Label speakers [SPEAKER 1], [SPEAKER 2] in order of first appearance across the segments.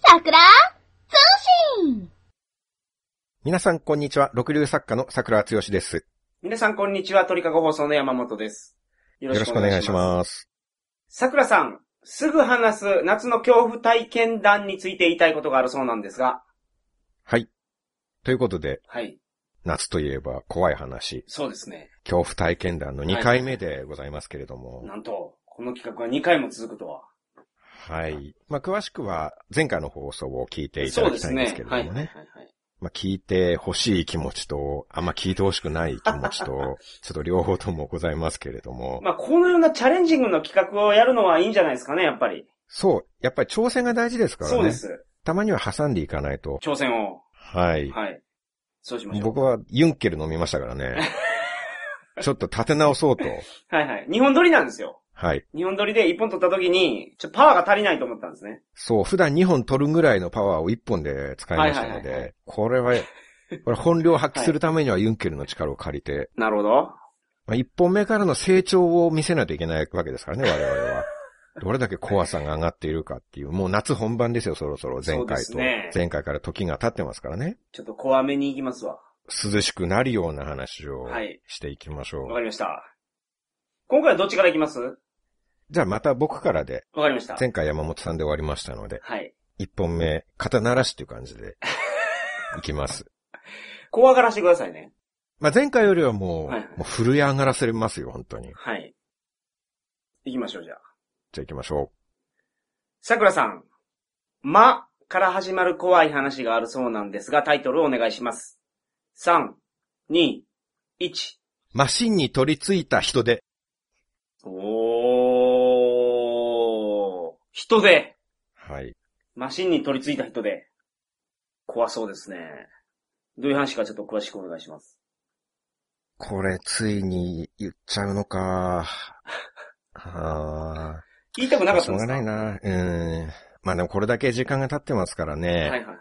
[SPEAKER 1] 桜通信
[SPEAKER 2] 皆さん、こんにちは。六流作家の桜つよしです。
[SPEAKER 3] 皆さん、こんにちは。鳥かご放送の山本です。よ
[SPEAKER 2] よろしくお願いし
[SPEAKER 3] す。
[SPEAKER 2] ます。
[SPEAKER 3] 桜さん、すぐ話す夏の恐怖体験談について言いたいことがあるそうなんですが。
[SPEAKER 2] はい。ということで、
[SPEAKER 3] はい。
[SPEAKER 2] 夏といえば怖い話、
[SPEAKER 3] そうですね。
[SPEAKER 2] 恐怖体験談の2回目でございますけれども、
[SPEAKER 3] なんと、この企画は2回も続くとは。
[SPEAKER 2] はい。まあ、詳しくは前回の放送を聞いていた
[SPEAKER 3] そう
[SPEAKER 2] だ
[SPEAKER 3] で
[SPEAKER 2] きた
[SPEAKER 3] す
[SPEAKER 2] いんで
[SPEAKER 3] ね
[SPEAKER 2] すけれど
[SPEAKER 3] はい
[SPEAKER 2] も
[SPEAKER 3] はいはい
[SPEAKER 2] ね。まあ、聞いて欲しい気持ちと、あんま聞いて欲しくない気持ちと、ちょっと両方ともございますけれど も、
[SPEAKER 3] まあ、このようなチャレンジングの企画をやるのはいいんじゃないですかね、やっぱり。
[SPEAKER 2] そう、やっぱり挑戦が大事ですからね。
[SPEAKER 3] そうです。
[SPEAKER 2] たまには挟んでいかないと。
[SPEAKER 3] 挑戦を。
[SPEAKER 2] はい。
[SPEAKER 3] はい。そうしましょう。
[SPEAKER 2] 僕はユンケル飲みましたから ね。ちょっと立て直そうと。
[SPEAKER 3] はいはい。日本撮りなんですよ。
[SPEAKER 2] はい。
[SPEAKER 3] 日本撮りで1本撮った時に、ちょっとパワーが足りないと思ったんですね。
[SPEAKER 2] そう、普段2本取るぐらいのパワーを1本で使いましたの
[SPEAKER 3] はいはいはいは
[SPEAKER 2] で、こ れは、これ本領発揮するためにはユンケルの力を借りて、
[SPEAKER 3] なるほど。
[SPEAKER 2] まあ、1本目からの成長を見せないといけないわけです からね、我々は。どれだけ怖さが上がっているかっていう、もう夏本番ですよ、そろそろ前
[SPEAKER 3] そうで
[SPEAKER 2] 回
[SPEAKER 3] す
[SPEAKER 2] と。
[SPEAKER 3] ね
[SPEAKER 2] 前回から時が経ってますからね。
[SPEAKER 3] ちょっと怖めに行きますわ。
[SPEAKER 2] 涼しくなるような話を
[SPEAKER 3] はい
[SPEAKER 2] していきましょう。
[SPEAKER 3] わかりました。今回はどっちから行きます
[SPEAKER 2] じゃあまた僕からで、
[SPEAKER 3] わかりました。
[SPEAKER 2] 前回山本さんで終わりましたので、
[SPEAKER 3] はい。
[SPEAKER 2] 一本目、肩鳴らしという感じ で、いきます。
[SPEAKER 3] 怖がらしてくださいね。
[SPEAKER 2] まあ、前回よりはもう、
[SPEAKER 3] はい
[SPEAKER 2] もう震え上がらせますよ、本当に。
[SPEAKER 3] はい。行きましょう、じゃあ。
[SPEAKER 2] じゃあ行きましょ
[SPEAKER 3] 桜さん。まから始まる怖い話があるそうなんですが、タイトルをお願いします。3、2、1。
[SPEAKER 2] う。マシンに取り付いた人で、
[SPEAKER 3] おー。人で。
[SPEAKER 2] はい。
[SPEAKER 3] マシンに取り付いた人で。怖そうですね。どういう話かちょっと詳しくお願いします。
[SPEAKER 2] これ、ついに言っちゃうのか。あ
[SPEAKER 3] 言いたくなか
[SPEAKER 2] あ。
[SPEAKER 3] っ
[SPEAKER 2] した
[SPEAKER 3] ん
[SPEAKER 2] ょう
[SPEAKER 3] です
[SPEAKER 2] が
[SPEAKER 3] か
[SPEAKER 2] ないな。うん。まあでもこれだけ時間が経ってますからね。
[SPEAKER 3] はいはいはいはい。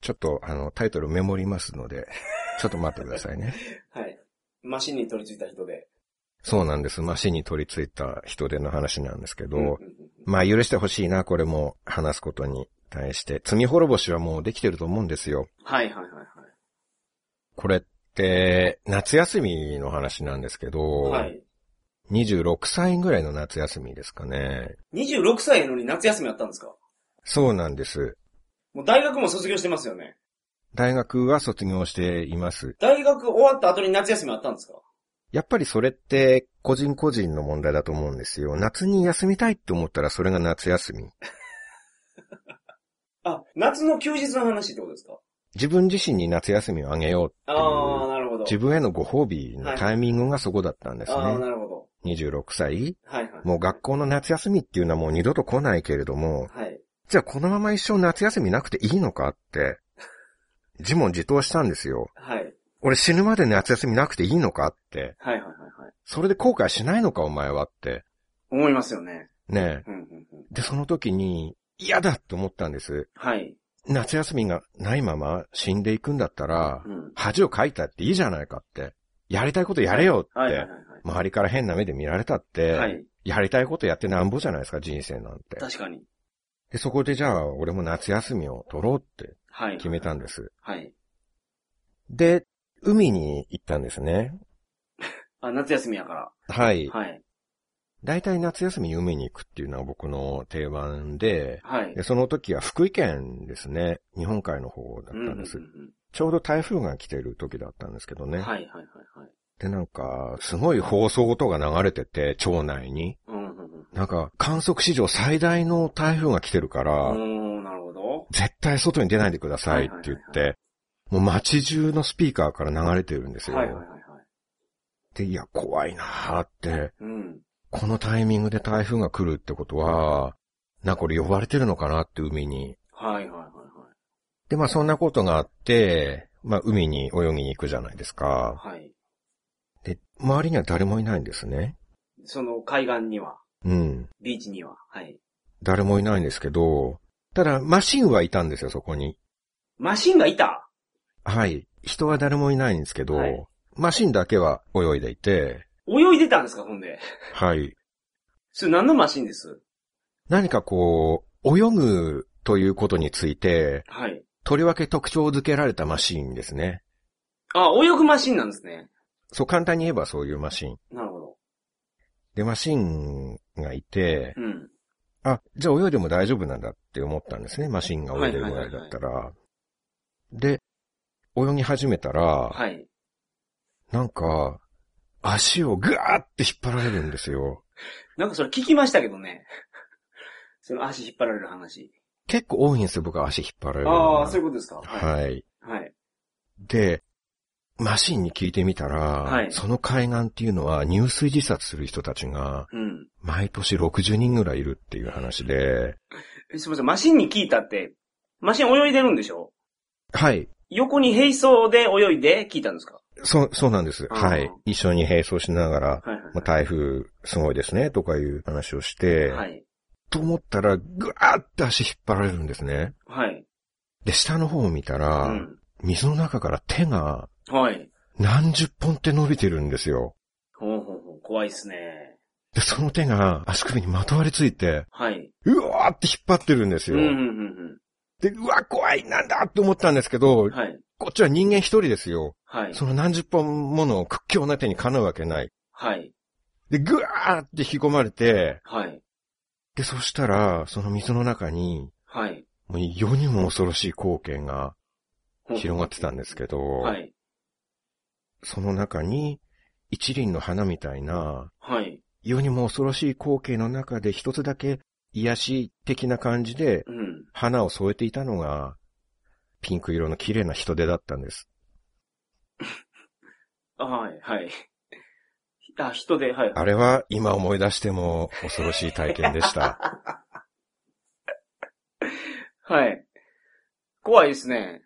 [SPEAKER 2] ちょっと、あの、タイトルメモりますので、 ちょっと待ってくださいね。
[SPEAKER 3] はい。マシンに取り付いた人で。
[SPEAKER 2] そうなんです。マシンに取り付いた人での話なんですけど、
[SPEAKER 3] んんん
[SPEAKER 2] まあ許してほしいな、これも話すことに対して。罪滅ぼしはもうできてると思うんですよ。
[SPEAKER 3] はいはいはいはい。
[SPEAKER 2] これって、夏休みの話なんですけど、
[SPEAKER 3] はい。
[SPEAKER 2] 26歳ぐらいの夏休みですかね。
[SPEAKER 3] 26歳なのに夏休みあったんですか
[SPEAKER 2] そうなんです。
[SPEAKER 3] もう大学も卒業してますよね。
[SPEAKER 2] 大学は卒業しています。
[SPEAKER 3] 大学終わった後に夏休みあったんですか
[SPEAKER 2] やっぱりそれって個人個人の問題だと思うんですよ。夏に休みたいって思ったらそれが夏休み。
[SPEAKER 3] あ、夏の休日の話ってことですか
[SPEAKER 2] 自分自身に夏休みをあげようってい
[SPEAKER 3] ああ、
[SPEAKER 2] う、
[SPEAKER 3] なるほど。
[SPEAKER 2] 自分へのご褒美のタイミングがそこだったんですね。
[SPEAKER 3] ああ、なるほど。
[SPEAKER 2] 26歳
[SPEAKER 3] はいはい。
[SPEAKER 2] もう学校の夏休みっていうのはもう二度と来ないけれども、
[SPEAKER 3] はい。
[SPEAKER 2] じゃあこのまま一生夏休みなくていいのかって、自問自答したんですよ。
[SPEAKER 3] はい。
[SPEAKER 2] 俺死ぬまで夏休みなくていいのかって、
[SPEAKER 3] はいはいはいはい。
[SPEAKER 2] それで後悔しないのかお前はって。
[SPEAKER 3] 思いますよね。
[SPEAKER 2] ね
[SPEAKER 3] うんうんうん。
[SPEAKER 2] え。で、その時に、嫌だって思ったんです。
[SPEAKER 3] はい。
[SPEAKER 2] 夏休みがないまま死んでいくんだったら
[SPEAKER 3] う、ん。
[SPEAKER 2] 恥をかいたっていいじゃないかって。やりたいことやれよっ
[SPEAKER 3] はいはいは
[SPEAKER 2] て
[SPEAKER 3] い。
[SPEAKER 2] 周りから変な目で見られたっ
[SPEAKER 3] はい。は
[SPEAKER 2] て、
[SPEAKER 3] い。
[SPEAKER 2] やりたいことやってなんぼじゃないですか、人生なんて。
[SPEAKER 3] 確かに。
[SPEAKER 2] で、そこでじゃあ、俺も夏休みを取ろうって
[SPEAKER 3] はい。
[SPEAKER 2] 決めたんです。
[SPEAKER 3] はい。
[SPEAKER 2] で、海に行ったんですね。
[SPEAKER 3] あ、夏休みやから。
[SPEAKER 2] はい。
[SPEAKER 3] はい。
[SPEAKER 2] 大体夏休みに海に行くっていうのは僕の定番で、
[SPEAKER 3] はい。
[SPEAKER 2] でその時は福井県ですね。日本海の方だった
[SPEAKER 3] うんうんうん
[SPEAKER 2] ん
[SPEAKER 3] う
[SPEAKER 2] です。
[SPEAKER 3] ん
[SPEAKER 2] ちょうど台風が来てる時だったんですけどね。
[SPEAKER 3] はいはいはいはい。
[SPEAKER 2] で、なんか、すごい放送音が流れてて、町内に。
[SPEAKER 3] うんうんうん。
[SPEAKER 2] なんか、観測史上最大の台風が来てるから、
[SPEAKER 3] おー、なるほど。
[SPEAKER 2] 絶対外に出ないでくださいって言
[SPEAKER 3] は
[SPEAKER 2] っ
[SPEAKER 3] いは
[SPEAKER 2] て、もう街中のスピーカーから流れてるんですよ。
[SPEAKER 3] はいはいはいはい。
[SPEAKER 2] で、いや、怖いなーって、
[SPEAKER 3] うん。
[SPEAKER 2] このタイミングで台風が来るってことは、なんかこれ呼ばれてるのかなって海に。
[SPEAKER 3] はいはいはいはい。
[SPEAKER 2] で、まあそんなことがあって、まあ海に泳ぎに行くじゃないですか。
[SPEAKER 3] はい。
[SPEAKER 2] で、周りには誰もいないんですね。
[SPEAKER 3] その海岸には、
[SPEAKER 2] うん。
[SPEAKER 3] ビーチには、はい。
[SPEAKER 2] 誰もいないんですけど、ただマシンはいたんですよ、そこに。
[SPEAKER 3] マシンがいた
[SPEAKER 2] はい。人は誰もいないんですけど、
[SPEAKER 3] はい
[SPEAKER 2] マシンだけは泳いでいて、
[SPEAKER 3] 泳いでたんですか、ほんで。
[SPEAKER 2] はい。
[SPEAKER 3] それ何のマシンです
[SPEAKER 2] 何かこう、泳ぐということについて、
[SPEAKER 3] はい。
[SPEAKER 2] とりわけ特徴づけられたマシンですね。
[SPEAKER 3] あ、泳ぐマシンなんですね。
[SPEAKER 2] そう、簡単に言えばそういうマシン。
[SPEAKER 3] なるほど。
[SPEAKER 2] で、マシンがいて、
[SPEAKER 3] うん。
[SPEAKER 2] あ、じゃあ泳いでも大丈夫なんだって思ったんですね。マシンが泳いでるぐらいだったら。で、泳ぎ始めたら、
[SPEAKER 3] はい。
[SPEAKER 2] なんか、足をぐわーって引っ張られるんですよ。
[SPEAKER 3] なんかそれ聞きましたけどね。 その足引っ張られる話。
[SPEAKER 2] 結構多いんですよ、僕は足引っ張られるのが
[SPEAKER 3] ああ、そういうことですか。い。
[SPEAKER 2] はい。
[SPEAKER 3] はい。
[SPEAKER 2] で、マシンに聞いてみたら、
[SPEAKER 3] はい
[SPEAKER 2] その海岸っていうのは入水自殺する人たちが
[SPEAKER 3] うん。
[SPEAKER 2] 毎年60人ぐらいいるっていう話で、
[SPEAKER 3] えすみません、マシンに聞いたって、マシン泳いでるんでしょ
[SPEAKER 2] はい。
[SPEAKER 3] 横に並走で泳いで聞いたんですか
[SPEAKER 2] そう、そうなんです。
[SPEAKER 3] あー
[SPEAKER 2] はい。一緒に並走しながら、
[SPEAKER 3] はいはい
[SPEAKER 2] まあ、台風すごいですね、とかいう話をして、
[SPEAKER 3] はい。はい。
[SPEAKER 2] と思ったら、ぐわーって足引っ張られるんですね。
[SPEAKER 3] はい。
[SPEAKER 2] で、下の方を見たら、
[SPEAKER 3] う
[SPEAKER 2] 水の中から手が
[SPEAKER 3] ん。はい。
[SPEAKER 2] 何十本って伸びてるんですよ。
[SPEAKER 3] ほうほうほう。怖いっすね。
[SPEAKER 2] で、その手が足首にまとわりついて、
[SPEAKER 3] はい。
[SPEAKER 2] うわーって引っ張ってるんです
[SPEAKER 3] う
[SPEAKER 2] よ。
[SPEAKER 3] ん、うん、うん
[SPEAKER 2] で、うわ、怖い、なんだって思ったんですけど
[SPEAKER 3] うん。、はい。
[SPEAKER 2] こっちは人間一人ですよ。
[SPEAKER 3] はい。
[SPEAKER 2] その何十本もの屈強な手にかなうわけない。
[SPEAKER 3] はい。
[SPEAKER 2] で、ぐわーって引き込まれて、
[SPEAKER 3] はい。
[SPEAKER 2] で、そしたら、その水の中に、
[SPEAKER 3] はい。
[SPEAKER 2] もう世にも恐ろしい光景が
[SPEAKER 3] ほう
[SPEAKER 2] 広がってたんですけど、
[SPEAKER 3] はい。
[SPEAKER 2] その中に、一輪の花みたいな、
[SPEAKER 3] はい。
[SPEAKER 2] 世にも恐ろしい光景の中で一つだけ癒し的な感じで
[SPEAKER 3] うん。
[SPEAKER 2] 花を添えていたのが、ピンク色の綺麗な人手だったんです。
[SPEAKER 3] あはい。はい。 あ、人で、はい。
[SPEAKER 2] あれは今思い出しても恐ろしい体験でした。
[SPEAKER 3] はい。怖いですね。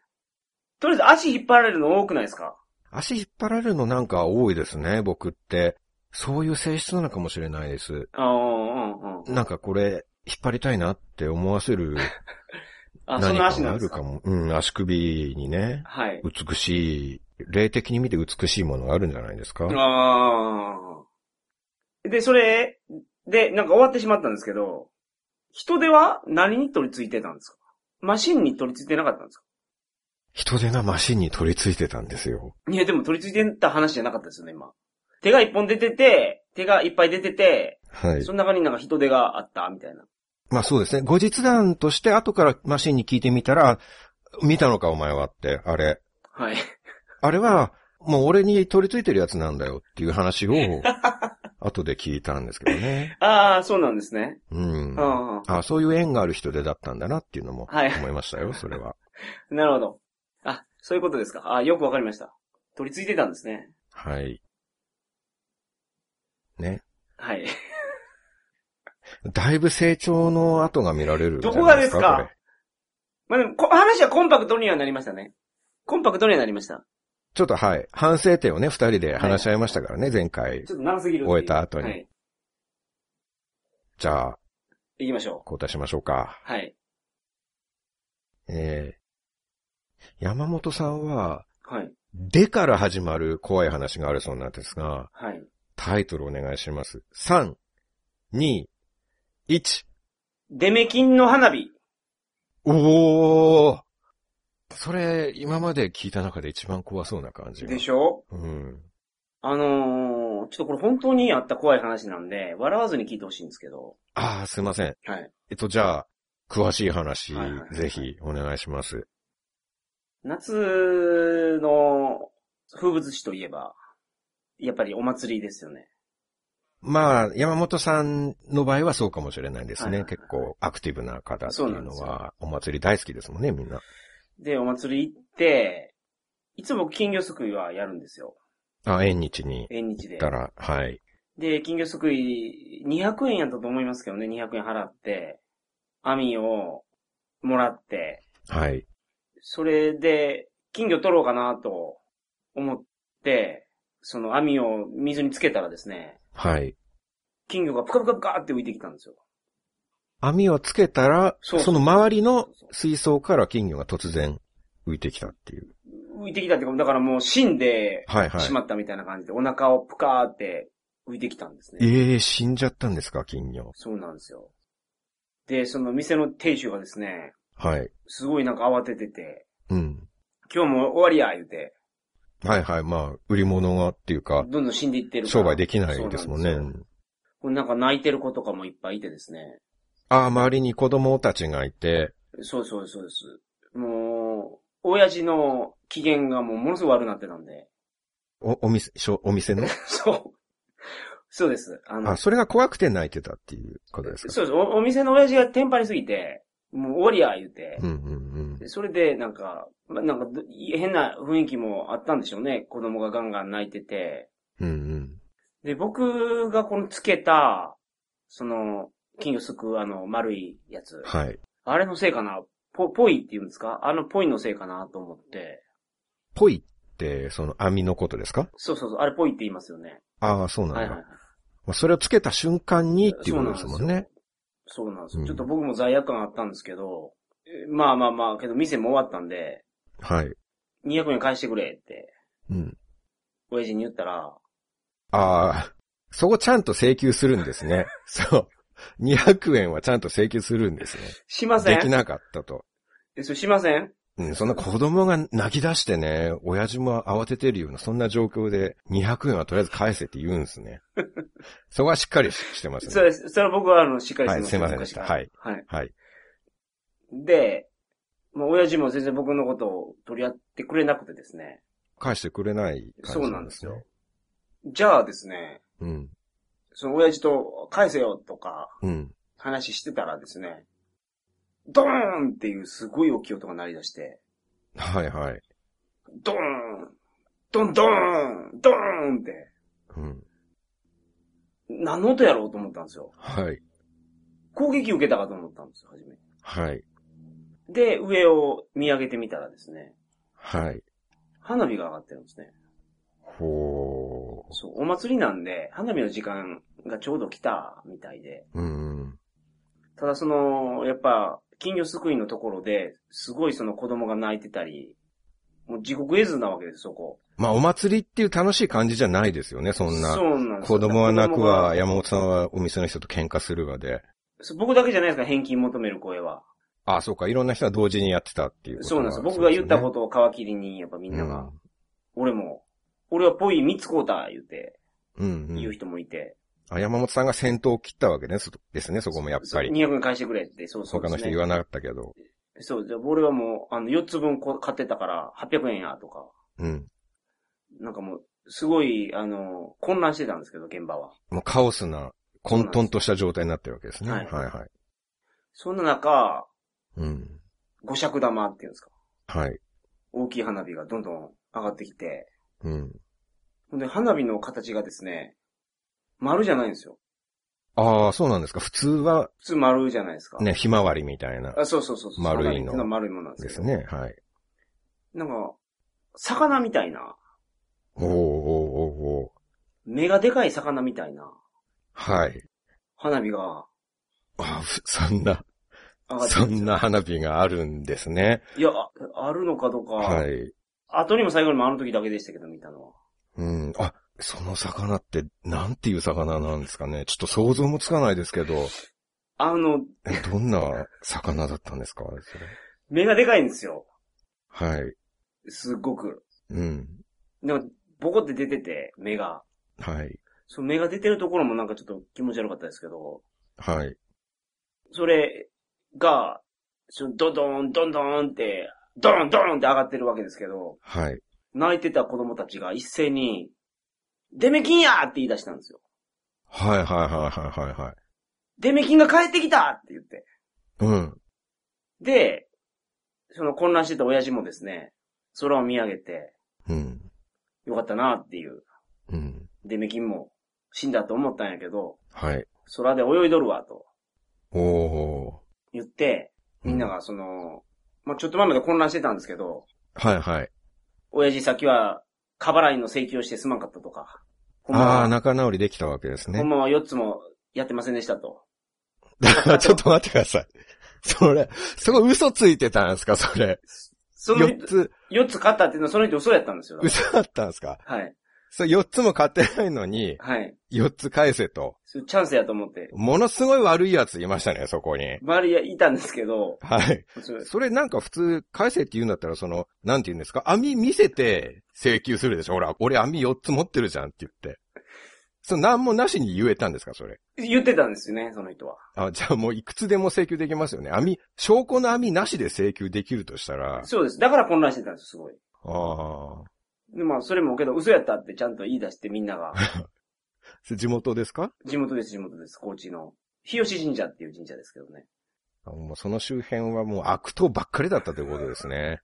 [SPEAKER 3] とりあえず足引っ張られるの多くないですか
[SPEAKER 2] 足引っ張られるのなんか多いですね、僕って。そういう性質なのかもしれないです。
[SPEAKER 3] ああ、うんうん。
[SPEAKER 2] なんかこれ、引っ張りたいなって思わせる
[SPEAKER 3] あ、そ
[SPEAKER 2] 何
[SPEAKER 3] んな
[SPEAKER 2] か
[SPEAKER 3] 足な
[SPEAKER 2] が
[SPEAKER 3] ん
[SPEAKER 2] あ
[SPEAKER 3] です
[SPEAKER 2] る
[SPEAKER 3] か
[SPEAKER 2] かも。うん、足首にね、
[SPEAKER 3] はい。
[SPEAKER 2] 美しい、霊的に見て美しいものがあるんじゃないですか。
[SPEAKER 3] ああ。で、それ、で、なんか終わってしまったんですけど、人手は何に取り付いてたんですかマシンに取り付いてなかったんですか
[SPEAKER 2] 人手がマシンに取り付いてたんですよ。
[SPEAKER 3] いや、でも取り付いてた話じゃなかったですよね、今。手が一本出てて、手がいっぱい出てて、
[SPEAKER 2] はい。
[SPEAKER 3] その中になんか人手があった、みたいな。
[SPEAKER 2] まあそうですね。後日談として後からマシンに聞いてみたら、見たのかお前はって、あれ。
[SPEAKER 3] はい。
[SPEAKER 2] あれは、もう俺に取り付いてるやつなんだよっていう話 を、後で聞いたんですけどね。
[SPEAKER 3] ああ、そうなんですね。
[SPEAKER 2] うん。
[SPEAKER 3] あ
[SPEAKER 2] あそういう縁がある人手だったんだなっていうのも
[SPEAKER 3] はい
[SPEAKER 2] 思いましたよ、それは。
[SPEAKER 3] なるほど。あ、そういうことですか。あよくわかりました。取り付いてたんですね。
[SPEAKER 2] はい。ね。
[SPEAKER 3] はい。
[SPEAKER 2] だいぶ成長の跡が見られるじゃ
[SPEAKER 3] どこ
[SPEAKER 2] な
[SPEAKER 3] が
[SPEAKER 2] い
[SPEAKER 3] ですか
[SPEAKER 2] これ
[SPEAKER 3] まあでも、こ話はコンパクトにはなりましたね。コンパクトにはなりました。
[SPEAKER 2] ちょっとはい。反省点をね、二人で話し合いましたからね、前回。
[SPEAKER 3] ちょっと長すぎるっていう。
[SPEAKER 2] 終えた後に
[SPEAKER 3] はい。
[SPEAKER 2] じゃあ、
[SPEAKER 3] 行きましょ
[SPEAKER 2] 交代しましょうか。
[SPEAKER 3] う。はい。
[SPEAKER 2] えー、山本さんは、
[SPEAKER 3] はい。
[SPEAKER 2] でから始まる怖い話があるそうなんですが、
[SPEAKER 3] はい。
[SPEAKER 2] タイトルお願いします。3、2、1。
[SPEAKER 3] デメキンの花火。
[SPEAKER 2] おーそれ、今まで聞いた中で一番怖そうな感じが。
[SPEAKER 3] でしょ
[SPEAKER 2] うん。
[SPEAKER 3] あのー、ちょっとこれ本当にあった怖い話なんで、笑わずに聞いてほしいんですけど。
[SPEAKER 2] ああ、すいません。
[SPEAKER 3] はい。
[SPEAKER 2] えっと、じゃあ、詳しい話、
[SPEAKER 3] はいはいはいはい
[SPEAKER 2] ぜひお願いします。
[SPEAKER 3] 夏の風物詩といえば、やっぱりお祭りですよね。
[SPEAKER 2] まあ、山本さんの場合はそうかもしれないです
[SPEAKER 3] はい
[SPEAKER 2] ね。
[SPEAKER 3] はいはい
[SPEAKER 2] 結構アクティブな方ってい
[SPEAKER 3] そうな
[SPEAKER 2] うん
[SPEAKER 3] で
[SPEAKER 2] の
[SPEAKER 3] す
[SPEAKER 2] は、お祭り大好きですもんね、みんな。
[SPEAKER 3] で、お祭り行って、いつも金魚すくいはやるんですよ。
[SPEAKER 2] あ、縁日に
[SPEAKER 3] 縁日で
[SPEAKER 2] 行っ。たら、はい。
[SPEAKER 3] で、金魚すくい、200円やったと思いますけどね、200円払って、網をもらって、
[SPEAKER 2] はい。
[SPEAKER 3] それで、金魚取ろうかなと思って、その網を水につけたらですね、
[SPEAKER 2] はい。
[SPEAKER 3] 金魚がプカプカプカって浮いてきたんですよ。
[SPEAKER 2] 網をつけたら、
[SPEAKER 3] そう
[SPEAKER 2] その周りの水槽から金魚が突然浮いてきたっていう。
[SPEAKER 3] 浮いてきたっていうか、だからもう死んで
[SPEAKER 2] はいは
[SPEAKER 3] しまったみたいな感じで、お腹をプカーって浮いてきたんです
[SPEAKER 2] い。
[SPEAKER 3] ね。
[SPEAKER 2] ええ死んじゃったんですか、金魚。
[SPEAKER 3] そうなんですよ。で、その店の店主がですね、
[SPEAKER 2] はい。
[SPEAKER 3] すごいなんか慌ててて、
[SPEAKER 2] うん。
[SPEAKER 3] 今日も終わりや、言うて、
[SPEAKER 2] はいはい。まあ、売り物がっていうか、
[SPEAKER 3] どんどん死んでいってるから。
[SPEAKER 2] 商売できないですもん
[SPEAKER 3] そ
[SPEAKER 2] ね
[SPEAKER 3] うな。ですよこれなんか泣いてる子とかもいっぱいいてですね。
[SPEAKER 2] ああ、周りに子供たちがいて、
[SPEAKER 3] そうそうそうです。もう、親父の機嫌がもうものすごく悪くなってたんで。
[SPEAKER 2] お、お店、しょお店の
[SPEAKER 3] そう。そうです。あの、
[SPEAKER 2] あ、それが怖くて泣いてたっていうことですか
[SPEAKER 3] そうですお。お店の親父がテンパりすぎて、もう終わりや、言うて。
[SPEAKER 2] うんうん
[SPEAKER 3] でそれで、なんか、まなんか、ど変な雰囲気もあったんでしょうね。子供がガンガン泣いてて。
[SPEAKER 2] うん。うんうん。
[SPEAKER 3] で、僕がこのつけた、その、金魚すくうあの、丸いやつ。
[SPEAKER 2] はい。
[SPEAKER 3] あれのせいかなぽ、ぽいって言うんですかあのぽいのせいかなと思って。
[SPEAKER 2] ぽいって、その網のことですか
[SPEAKER 3] そうそうそう、あれぽいって言いますよね。
[SPEAKER 2] ああ、そうなんだ。
[SPEAKER 3] はいはいはい。
[SPEAKER 2] まあ、それをつけた瞬間にっていうことですもんね。
[SPEAKER 3] そうなんです
[SPEAKER 2] う
[SPEAKER 3] よ。
[SPEAKER 2] ん
[SPEAKER 3] ちょっと僕も罪悪感あったんですけど、えまあまあまあ、けど店も終わったんで、
[SPEAKER 2] はい。
[SPEAKER 3] 200円返してくれって、
[SPEAKER 2] うん。
[SPEAKER 3] 親父に言ったら、
[SPEAKER 2] ああ、そこちゃんと請求するんですね。 そう。200円はちゃんと請求するんですね。
[SPEAKER 3] しませ
[SPEAKER 2] でき
[SPEAKER 3] ん
[SPEAKER 2] なかったと。
[SPEAKER 3] え、そうしません
[SPEAKER 2] うん、そんな子供が泣き出してね、親父も慌ててるような、そんな状況で、200円はとりあえず返せって言うんです ね。そこはしっかりししてます
[SPEAKER 3] そう
[SPEAKER 2] ね。
[SPEAKER 3] です。それは僕は、あの、しっかりして
[SPEAKER 2] はいすいませんでしたはい。
[SPEAKER 3] はい。
[SPEAKER 2] はい。
[SPEAKER 3] で、まあ、親父も全然僕のことを取り合ってくれなくてですね。
[SPEAKER 2] 返してくれない感
[SPEAKER 3] そう
[SPEAKER 2] じ
[SPEAKER 3] な
[SPEAKER 2] なん
[SPEAKER 3] ん
[SPEAKER 2] で
[SPEAKER 3] ですす
[SPEAKER 2] よ
[SPEAKER 3] よ。。じゃあですね、
[SPEAKER 2] うん。
[SPEAKER 3] その親父と返せよとか
[SPEAKER 2] うん。
[SPEAKER 3] 話してたらですね、ドーンっていうすごい大きい音が鳴り出して、
[SPEAKER 2] はいはい。
[SPEAKER 3] ドーンドンドーンドーンって、
[SPEAKER 2] うん。
[SPEAKER 3] 何の音やろうと思ったんですよ。
[SPEAKER 2] はい。
[SPEAKER 3] 攻撃受けたかと思ったんですよ、初め。
[SPEAKER 2] はい。
[SPEAKER 3] で、上を見上げてみたらですね、
[SPEAKER 2] はい。
[SPEAKER 3] 花火が上がってるんですね。
[SPEAKER 2] ほ
[SPEAKER 3] そう、お祭りなんで、花火の時間がちょうど来たみたいで。
[SPEAKER 2] ー。うん。
[SPEAKER 3] ただその、やっぱ、金魚すくいのところで、すごいその子供が泣いてたり、もう地獄絵図なわけです、そこ。
[SPEAKER 2] まあ、お祭りっていう楽しい感じじゃないですよね、そんな。
[SPEAKER 3] そうなんですよ
[SPEAKER 2] 子供は泣くわ、
[SPEAKER 3] 子供が
[SPEAKER 2] 山本さんはお店の人と喧嘩するわで。
[SPEAKER 3] そう僕だけじゃないですか、返金求める声は。
[SPEAKER 2] あそうか、いろんな人が同時にやってたっていうこと
[SPEAKER 3] そうなんです。僕が言ったこととを皮切りに、やっぱみんなが、
[SPEAKER 2] うん
[SPEAKER 3] 俺も、俺はぽい三つこうた、言うて、
[SPEAKER 2] うん、う。
[SPEAKER 3] 言うん人もいて、
[SPEAKER 2] あ山本さんが先頭を切ったわけですですね、そこもやっぱり。
[SPEAKER 3] 200円返してくれって、そうそう、
[SPEAKER 2] 他の人言わなかったけど。
[SPEAKER 3] そう、じゃあ俺はもう、あの、4つ分こ買ってたから、800円や、とか。
[SPEAKER 2] うん。
[SPEAKER 3] なんかもう、すごい、あの、混乱してたんですけど、現場は。
[SPEAKER 2] もうカオスな、混沌とした状態になってるわけですね。
[SPEAKER 3] そ
[SPEAKER 2] は
[SPEAKER 3] うな
[SPEAKER 2] い
[SPEAKER 3] んですはい
[SPEAKER 2] はい。
[SPEAKER 3] そんな中、
[SPEAKER 2] うん。
[SPEAKER 3] 五尺玉っていうんですか。
[SPEAKER 2] はい。
[SPEAKER 3] 大きい花火がどんどん上がってきて。
[SPEAKER 2] うん。
[SPEAKER 3] ほんで、花火の形がですね、丸じゃないんですよ。
[SPEAKER 2] ああ、そうなんですか。普通は、
[SPEAKER 3] 普通丸じゃないですか。
[SPEAKER 2] ね、ひまわりみたいな
[SPEAKER 3] あ、そうそうそうそう。
[SPEAKER 2] 丸いの
[SPEAKER 3] 花火ってうは丸いものなんです
[SPEAKER 2] で
[SPEAKER 3] け
[SPEAKER 2] す
[SPEAKER 3] ど。
[SPEAKER 2] ね。はい。
[SPEAKER 3] なんか、魚みたいな、
[SPEAKER 2] おーおーおーおー
[SPEAKER 3] 目がでかい魚みたいな
[SPEAKER 2] はい。
[SPEAKER 3] 花火が
[SPEAKER 2] あふそんな、
[SPEAKER 3] 上がって
[SPEAKER 2] そ
[SPEAKER 3] るです
[SPEAKER 2] ん
[SPEAKER 3] よ。
[SPEAKER 2] な花火があるんですね。
[SPEAKER 3] いや、ああるのかどうか。
[SPEAKER 2] はい。
[SPEAKER 3] 後にも最後にもあの時だけでしたけど、見たのは。
[SPEAKER 2] うん。あ、その魚って、なんていう魚なんですかね。ちょっと想像もつかないですけど、
[SPEAKER 3] あの、
[SPEAKER 2] えどんな魚だったんですかそれ
[SPEAKER 3] 目がでかいんですよ。
[SPEAKER 2] はい。
[SPEAKER 3] すっごく。
[SPEAKER 2] うん。
[SPEAKER 3] でも、ボコって出てて、目が。
[SPEAKER 2] はい。
[SPEAKER 3] その目が出てるところもなんかちょっと気持ち悪かったですけど、
[SPEAKER 2] はい。
[SPEAKER 3] それが、そのドドーン、ドンドーンって、ドーン、ドーンって上がってるわけですけど、
[SPEAKER 2] はい。
[SPEAKER 3] 泣いてた子供たちが一斉に、デメキンやーって言い出したんですよ。
[SPEAKER 2] はいはいはいはいはいはい。
[SPEAKER 3] デメキンが帰ってきたって言って。
[SPEAKER 2] うん。
[SPEAKER 3] で、その混乱してた親父もですね、空を見上げて、
[SPEAKER 2] うん。
[SPEAKER 3] よかったなーっていう、
[SPEAKER 2] うん。
[SPEAKER 3] デメキンも死んだと思ったんやけど、
[SPEAKER 2] はい。
[SPEAKER 3] 空で泳いどるわ、と
[SPEAKER 2] おお
[SPEAKER 3] 言って、
[SPEAKER 2] ー。
[SPEAKER 3] みんながその、まあ、ちょっと前まで混乱してたんですけど、
[SPEAKER 2] うん。はいはい。
[SPEAKER 3] 親父先は、過払いの請求をしてすまんかったとか、ほんま
[SPEAKER 2] ああー、
[SPEAKER 3] は、
[SPEAKER 2] 仲直りできたわけです
[SPEAKER 3] ほ
[SPEAKER 2] ね
[SPEAKER 3] ん。まは4つもやってませんでしたと。
[SPEAKER 2] ちょっと待ってください。それ、すごい嘘ついてたんですかそれ。
[SPEAKER 3] その
[SPEAKER 2] 4つ、
[SPEAKER 3] 4つ勝ったっていうのはその人嘘やったんですよ。
[SPEAKER 2] 嘘だったんですか
[SPEAKER 3] はい。
[SPEAKER 2] そう、4つも買ってないのに、
[SPEAKER 3] はい。
[SPEAKER 2] 4つ返せと。
[SPEAKER 3] そうチャンスやと思って。
[SPEAKER 2] ものすごい悪いやついましたね、そこに。
[SPEAKER 3] 周りはいたんですけど、
[SPEAKER 2] はい。
[SPEAKER 3] そう
[SPEAKER 2] それなんか普通、返せって言うんだったら、その、なんて言うんですか網見せて請求するでしょほら、俺網4つ持ってるじゃんって言って。そう、なんもなしに言えたんですか、それ。
[SPEAKER 3] 言ってたんですよね、その人は。
[SPEAKER 2] あ、じゃあもういくつでも請求できますよね。網、証拠の網なしで請求できるとしたら、あ
[SPEAKER 3] そうです。だから混乱してたんですよ、すごい。
[SPEAKER 2] あ。
[SPEAKER 3] で、まあ、それもけど、嘘やったってちゃんと言い出してみんな が、
[SPEAKER 2] それ地元ですか
[SPEAKER 3] 地元です、地元です、高知の。日吉神社っていう神社ですけどね。
[SPEAKER 2] あもうその周辺はもう悪党ばっかりだったということですね。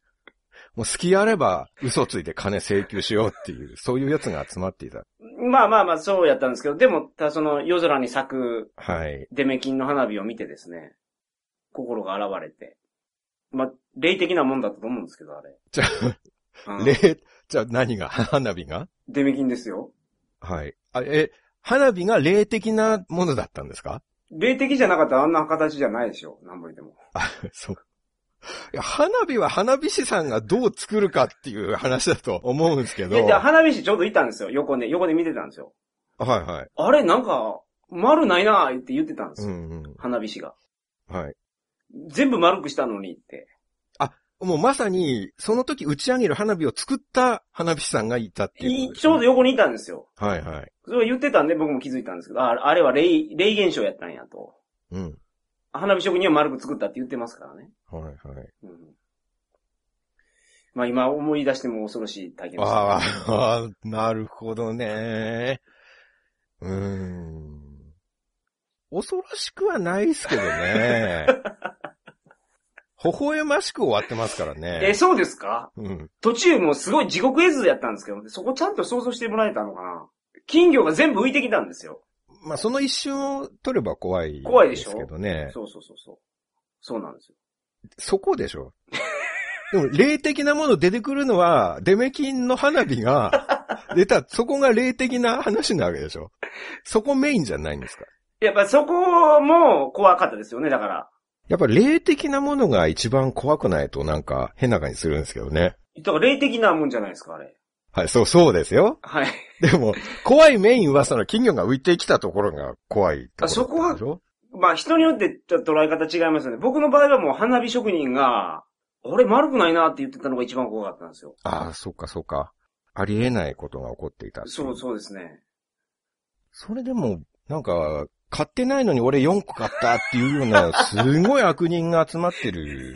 [SPEAKER 2] もう隙あれば嘘ついて金請求しようっていう、そういうやつが集まっていた。
[SPEAKER 3] まあまあまあ、そうやったんですけど、でも、ただその夜空に咲く
[SPEAKER 2] はい。
[SPEAKER 3] デメキンの花火を見てですね、心が現れて。まあ、霊的なもんだったと思うんですけど、あれ。
[SPEAKER 2] じゃあ、
[SPEAKER 3] うん
[SPEAKER 2] 例、じゃあ何が花火が
[SPEAKER 3] デメキンですよ。
[SPEAKER 2] はい。あ、え、花火が霊的なものだったんです か
[SPEAKER 3] 霊的じゃなかったらあんな形じゃないでしょ、なんぼ言っても。
[SPEAKER 2] そう。いや、花火は花火師さんがどう作るかっていう話だと思うんですけ
[SPEAKER 3] い
[SPEAKER 2] ど。
[SPEAKER 3] や、じゃあ
[SPEAKER 2] は
[SPEAKER 3] 花火師ちょうどいたんですよ、横で、横で見てたんですよ。
[SPEAKER 2] いはい。
[SPEAKER 3] あれ、なんか、丸ないなーって言ってたんです
[SPEAKER 2] う
[SPEAKER 3] よ、
[SPEAKER 2] んうん。
[SPEAKER 3] 花火師が。
[SPEAKER 2] はい。
[SPEAKER 3] 全部丸くしたのにって。
[SPEAKER 2] もうまさに、その時打ち上げる花火を作った花火師さんがいたっていう
[SPEAKER 3] い
[SPEAKER 2] ことです
[SPEAKER 3] ち
[SPEAKER 2] ね、
[SPEAKER 3] ょうど横にいたんですよ。
[SPEAKER 2] はいはい。
[SPEAKER 3] それを言ってたんで僕も気づいたんですけど、ああれは霊、霊現象やったんやと。
[SPEAKER 2] うん。
[SPEAKER 3] 花火職人は丸く作ったって言ってますからね。
[SPEAKER 2] はいはい。
[SPEAKER 3] うん。まあ今思い出しても恐ろしい体験でした。
[SPEAKER 2] あーあー、なるほどね。うーん。恐ろしくはないですけど ね。微笑ましく終わってますから
[SPEAKER 3] え、
[SPEAKER 2] ね。
[SPEAKER 3] そうですか
[SPEAKER 2] うん。
[SPEAKER 3] 途中もうすごい地獄絵図やったんですけど、そこちゃんと想像してもらえたのかな金魚が全部浮いてきたんですよ。
[SPEAKER 2] まあ、その一瞬を取れば怖い
[SPEAKER 3] 怖いでし
[SPEAKER 2] で
[SPEAKER 3] ょ
[SPEAKER 2] すけどね。
[SPEAKER 3] そうそうそうそう。そうなんですよ。
[SPEAKER 2] そこでしょ。でも、霊的なもの出てくるのは、デメキンの花火が出た、そこが霊的な話なわけでしょ。そこメインじゃないんですか。
[SPEAKER 3] やっぱそこも怖かったですよね、だから。
[SPEAKER 2] やっぱ霊的なものが一番怖くないとなんか変な感じするんですけどね。
[SPEAKER 3] だから霊的なもんじゃないですか、あれ。
[SPEAKER 2] はい、そう、そうですよ。
[SPEAKER 3] はい。
[SPEAKER 2] でも、怖いメインはその金魚が浮いてきたところが怖いところ
[SPEAKER 3] あそこは
[SPEAKER 2] だったでしょ
[SPEAKER 3] まあ人によってちょっと捉え方違いますよね。僕の場合はもう花火職人が、俺丸くないなって言ってたのが一番怖かったんですよ。
[SPEAKER 2] ああ、そっかそっか。ありえないことが起こっていたってい
[SPEAKER 3] そうそうですね。
[SPEAKER 2] それでも、なんか、買ってないのに俺4個買ったっていうような、すごい悪人が集まって る。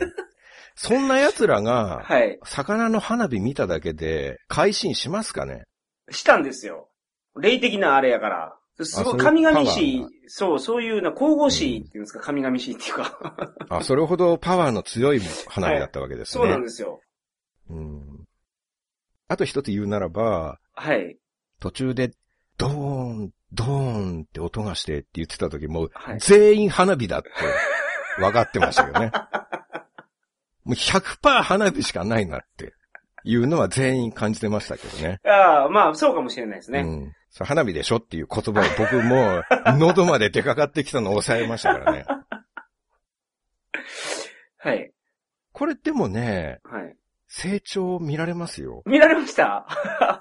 [SPEAKER 2] そんな奴らが、
[SPEAKER 3] はい。
[SPEAKER 2] 魚の花火見ただけで、改心しますかね
[SPEAKER 3] したんですよ。霊的なあれやから。す
[SPEAKER 2] あ
[SPEAKER 3] ご
[SPEAKER 2] そう
[SPEAKER 3] い
[SPEAKER 2] いう
[SPEAKER 3] 神々
[SPEAKER 2] パ
[SPEAKER 3] しい
[SPEAKER 2] ワーが、
[SPEAKER 3] そう、そういうな、神々しいっていうんですか、神々しいっていうか。
[SPEAKER 2] あ、それほどパワーの強い花火だったわけですね。
[SPEAKER 3] そうなんですよ。
[SPEAKER 2] うん。あと一つ言うならば、
[SPEAKER 3] はい。
[SPEAKER 2] 途中で、ドーン、ドーンって音がしてって言ってた時もう、
[SPEAKER 3] はい
[SPEAKER 2] 全員花火だって分かってましたよね。もう100%花火しかないなっていうのは全員感じてましたけどね。
[SPEAKER 3] ああ、まあ、そうかもしれないです
[SPEAKER 2] う
[SPEAKER 3] ね。
[SPEAKER 2] ん。それ花火でしょっていう言葉を僕もう喉まで出かかってきたのを抑えましたからね。
[SPEAKER 3] はい。
[SPEAKER 2] これでもね、
[SPEAKER 3] はい。
[SPEAKER 2] 成長見られます よ。
[SPEAKER 3] 見られました、、